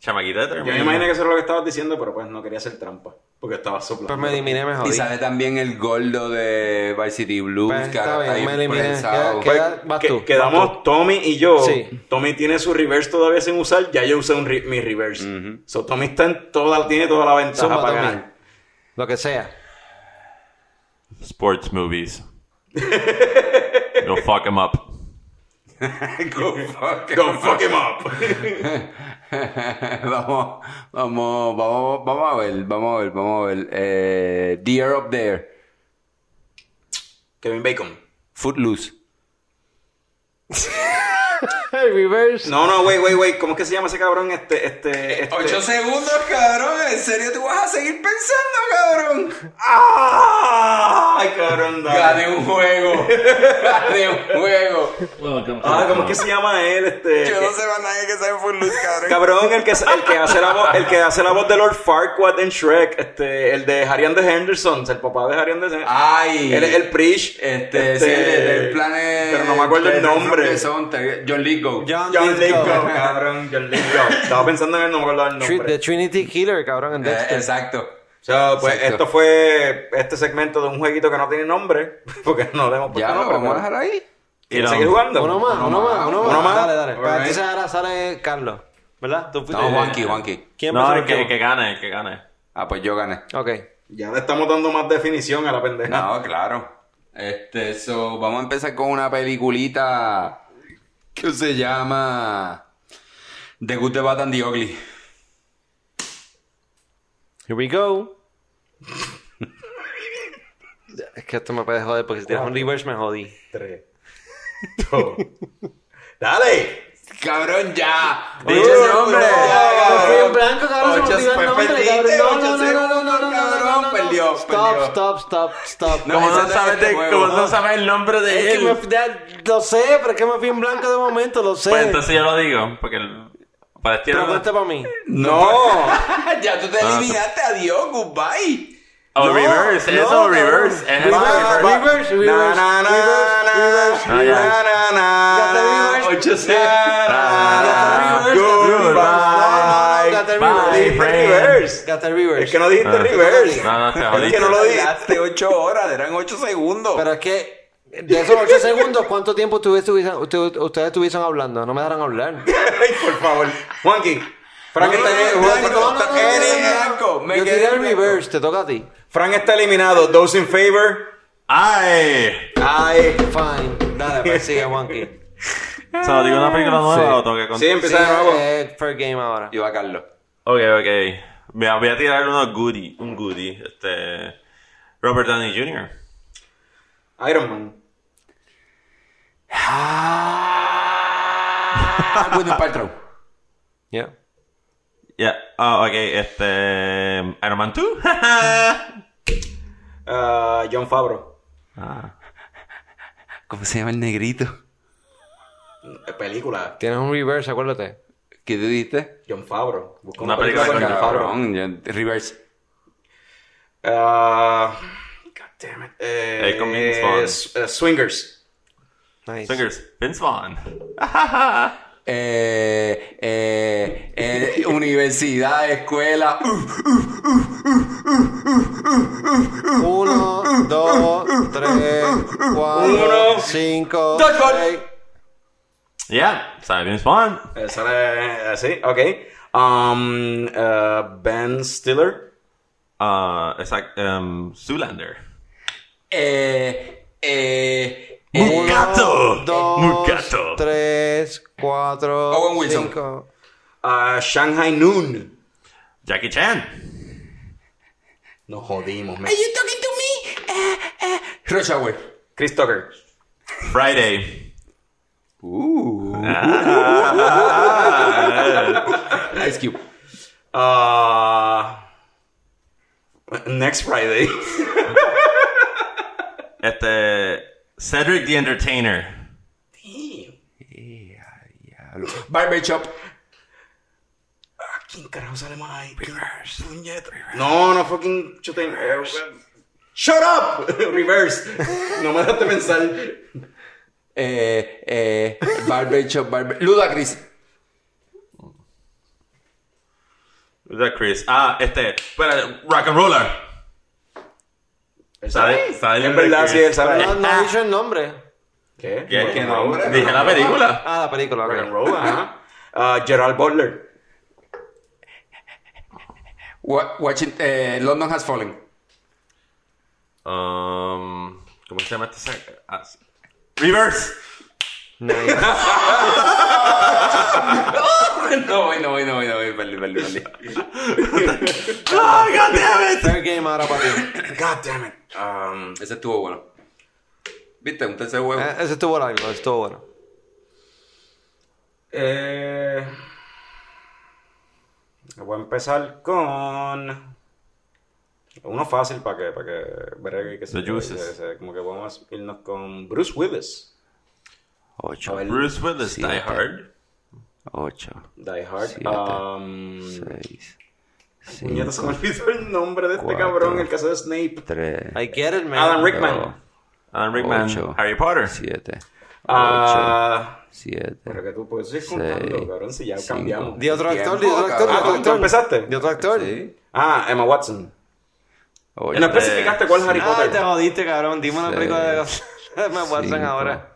Chamaquita de
Yo
Terminator.
me imaginé que eso es lo que estabas diciendo, pero pues no quería hacer trampa. Porque estaba soplando.
Pues me eliminé, me
Y
jodí.
sale también el gordo de Varsity Blues,
Pues,
que
está
ahora
bien,
está
me eliminé.
prensado.
Queda- queda- vas
Que-
tú, vas
quedamos
tú.
Tommy y yo.
Sí.
Tommy tiene su reverse todavía sin usar. Ya yo usé un re- mi reverse. So Tommy está en toda, tiene toda la ventaja
Zumba,
para
Tommy.
ganar.
Lo que sea.
Sports movies. Go fuck him up.
Pues, Go fuck it.
Go fuck him up. (laughs)
(laughs) vamos, vamos, vamos, vamos a ver, vamos a ver, vamos a ver. Eh, The Air Up There,
Kevin Bacon.
Footloose.
El reverse.
No, no, wait, wait, wait. ¿Cómo es que se llama ese cabrón? Este, este,
Oh,
este.
segundos, cabrón. ¿En serio tú vas a seguir pensando, cabrón?
¡Ah! ¡Ay, cabrón! dale.
Gané un (laughs) juego. Gané un juego.
Ah, ¿cómo es que se llama él? Este.
Yo no sé más nadie que sabe Footloose, cabrón.
Cabrón, el que, el que hace la voz, el que hace la voz de Lord Farquaad en Shrek, este, el de Harry and the Hendersons, el papá de Harry and the Hendersons.
Ay.
Él es el Preach.
Ah, Este, sí, el, el- el plan es-
Pero no me acuerdo el
plan es
nombre.
que son, te- John Lithgow.
John,
John
Lithgow.
Lithgow, cabrón, John Lithgow. Estaba pensando en él, no me acuerdo el
Tri- The
nombre.
Trinity Killer, cabrón, en
Eh,
Dexter.
exacto.
So, pues
Exacto.
esto fue este segmento de un jueguito que no tiene nombre, (laughs) porque no Pues, le hemos puesto
Ya lo
nombre.
vamos a
pero-
dejar ahí.
¿Quieres seguir jugando?
Uno más, uno más, uno más.
Uno más.
Dale, dale.
All
Pero
right.
Entonces ahora sale Carlos, ¿verdad? Tú fuiste-
No,
eh,
Juanqui, Juanqui.
¿Quién
No,
pasó
el que, el
último?
que gane, el que gane.
Ah, pues yo gané.
Ok.
Ya le estamos dando más definición a la pendeja.
(laughs)
No, claro. Este, so, vamos a empezar con una peliculita que se llama The Good, the Bad and the Ugly.
Here we go. es que esto me puede joder porque si tiras un reverse me jodí.
Tres. Dos. (laughs) Dale.
¡Cabrón, ya!
Dile
Ocho
el
nombres.
nombre.
Me fui en blanco, cabrón,
Ocho,
se me olvidó el
pues,
nombre,
perdiste,
cabrón. No,
ocho
no, no, no,
segundos,
no, no, no, no, no, no, no.
cabrón, perdió,
Stop,
perdió.
stop, stop, stop.
No,
Como
ese
no
es
sabes
este
de-
juego,
como
¿no?
no sabes el nombre de
Es que
él.
me, ya, lo sé, pero es que me fui en blanco de momento, lo sé.
Pues entonces yo lo digo, porque el- para ti
pero
era-
cuenta para mí.
No.
(laughs) ya tú te
Ah.
eliminaste, adiós, goodbye.
O
No,
Oh, reverse,
no,
eso,
cabrón.
reverse. Es
Reverse,
eso, reverse.
reverse, reverse,
Na, na, na,
reverse,
na,
reverse.
na, na, na.
Ya te reverse.
Ocho, seis. Goodbye.
Ya te reverse, ya te reverse. No, no, ya
Dijiste
te
reverse.
reverse.
Got the reverse.
Es que no dijiste
Ah.
reverse.
No, no, te jodiste.
Es que no lo dijiste.
Duraste ocho horas, eran ocho segundos.
Pero es que de esos 8 segundos, ¿cuánto tiempo ustedes estuviesen, ustedes, ustedes estuviesen hablando? No me dejaron hablar.
(laughs) Ay, por favor. Juanqui. Frank
No,
está
no,
bien.
no,
Juanqui,
no, no,
está-
no, no, no,
Eres-
no, no. blanco, me
Yo
quedé
tiré el
en blanco.
reverse, te toca a ti.
Frank está eliminado. Those in favor.
¡Ay!
Ay.
Fine. Dale, pues sigue, Wonky.
O sea, digo una película nueva
Sí.
o tengo que
Sí,
contar.
empieza de nuevo.
Eh, fair game ahora.
Yo a Carlos.
Ok, ok. Voy a, voy a tirar uno goodie. Un goodie. Este. Robert Downey Jr.
Iron Man.
Ah, Gwyneth Paltrow.
Yeah.
Yeah. Ah, ok. Este. Iron Man (laughs) 2.
Ah, John Favreau.
ah.
¿Cómo se llama el negrito?
Eh, Película.
Tienes un reverse, acuérdate.
¿Qué tú dijiste?
John Favreau. Busca
Una película con John Favreau.
Cabrón, yo- Reverse.
Ah, God damn it. Eh,
Ahí con Vince Vaughn.
s- eh, Swingers.
Fingers. Vince Vaughn.
Eh, eh, eh, universidad, escuela. uf,
Uno, dos, tres, cuatro, cinco,
Dodgeball.
seis.
Yeah, sale Vince Vaughn.
Eh, sale así, ok. Um, eh, ben Stiller.
Uh, exact, um, Zoolander.
eh, eh, eh,
Mugato.
Dos,
Mugato.
tres, cuatro,
Owen Wilson.
cinco.
Ah, Shanghai Noon.
Jackie Chan.
Nos jodimos, man.
you talking to me? Eh, eh. Rush Hour.
Chris Tucker.
Friday.
Ice Cube.
Ah, next Friday.
Este. Cedric the Entertainer.
Barbershop.
(laughs) ¿Quién carajo sale más ahí? Puñeta. No, no fucking chute. Shut up! (laughs) Reverse. No me dejaste pensar.
(laughs)
Eh, eh, Barbershop, Barber. Ludacris.
Who's that, Chris? Ah, este. Espera, Rock and Roller. Sale, sale
En verdad,
Chris.
sí, él sale.
No, no he dicho el nombre.
¿Qué?
¿Qué?
Rock and
no,
roll.
hombre,
Dije la película.
Ah, la película. ok.
Rock and roll, ajá. Ah, Gerald Butler.
Wa- Watching, eh, London Has Fallen. (laughs)
Um, ¿Cómo se llama esta saga? Ah, sí. Reverse.
(laughs)
No, voy, no, voy, no, voy, no, voy, perdí, perdí, perdí.
Ah, God damn it.
Fair game ahora para ti.
God damn it. Um,
Ese estuvo bueno. ¿Viste? Un tercer huevo.
Eh, Ese estuvo largo, ese estuvo bueno.
eh, voy a empezar con. Uno fácil para que, para que bregue y que se,
The juices.
se- se- Como que vamos a irnos con Bruce Willis.
Ocho,
Bruce Willis, Die Hard.
ocho,
Die Hard.
Siete.
Um,
seis,
puñeta, se me olvidó el nombre de este
Cuatro.
cabrón, el caso de Snape.
tres,
I get it, man.
Alan Rickman.
Alan Rickman.
Ocho.
Uh, Harry Potter.
siete,
Ah, pero
siete.
que tú puedes ir contando, cabrón, si ya cambiamos.
De otro actor, de otro
Tiempo,
actor, de
Ah,
otro
¿tú, tú
actor.
empezaste?
De otro actor.
Ah, Emma Watson.
Ocho,
No especificaste cuál es Harry
Ah, te
Potter.
jodiste, cabrón. Dime una
Seis,
película de (laughs) Me Watson
cinco,
ahora.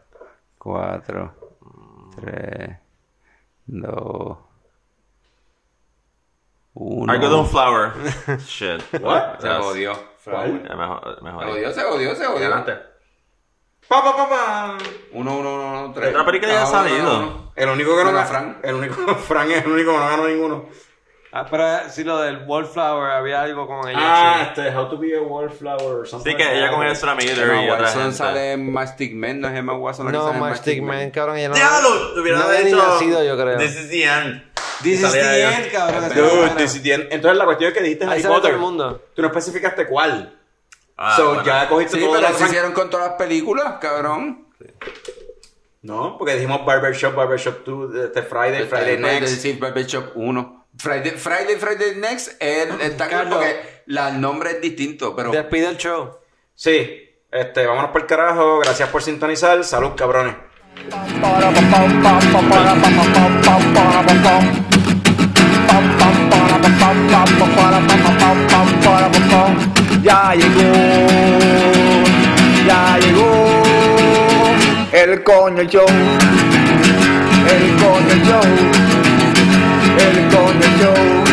Cuatro, tres, dos, uno.
Argo Flower.
(laughs)
Shit.
What?
Se jodió.
¿Cuál?
Ya me jod- me
Se
jodí.
jodió, se jodió, se jodió.
Adelante.
Pa, pa, pa, pa.
Uno, uno, uno, uno, tres.
Otra película ya ha
Cada uno,
salido.
uno, uno.
El único que no
Gana
ganó.
Frank.
El único (laughs) Frank es el único que no ganó ninguno.
Ah, pero si lo del Wallflower había algo con ella.
Ah, este, How to be a Wallflower or something.
Así que ella con el Ezra Miller y
Emma
otra
Watson
gente.
sale en Mastic Man, no es Emma Watson la que
No,
sale en
Mastic Man, cabrón. Ella no
¡Diablo! Hubiera
no había ni
hecho...
nacido, yo creo.
This is the end.
This is
Sale
the
ella.
end, cabrón. esa es la
Dude,
buena.
this is the end. Entonces la cuestión es que dijiste
Ahí
Harry
se ve todo
Potter.
el mundo.
Tú no especificaste cuál.
Ah,
so,
bueno.
ya cogiste
Sí,
todo
pero
lo
se
Frank.
hicieron con todas las películas, cabrón.
No, porque dijimos Barbershop, Barbershop 2, este Friday, Friday
pues,
Friday Next.
Next.
Decir Barbershop 1. Friday, Friday, Friday Next es, está claro
Carlos.
porque la- el nombre es distinto, pero
Despide el show.
Sí. Este, vámonos por el carajo. Gracias por sintonizar. Salud, cabrones.
Ya llegó, ya llegó el coño show, el coño show, el coño show,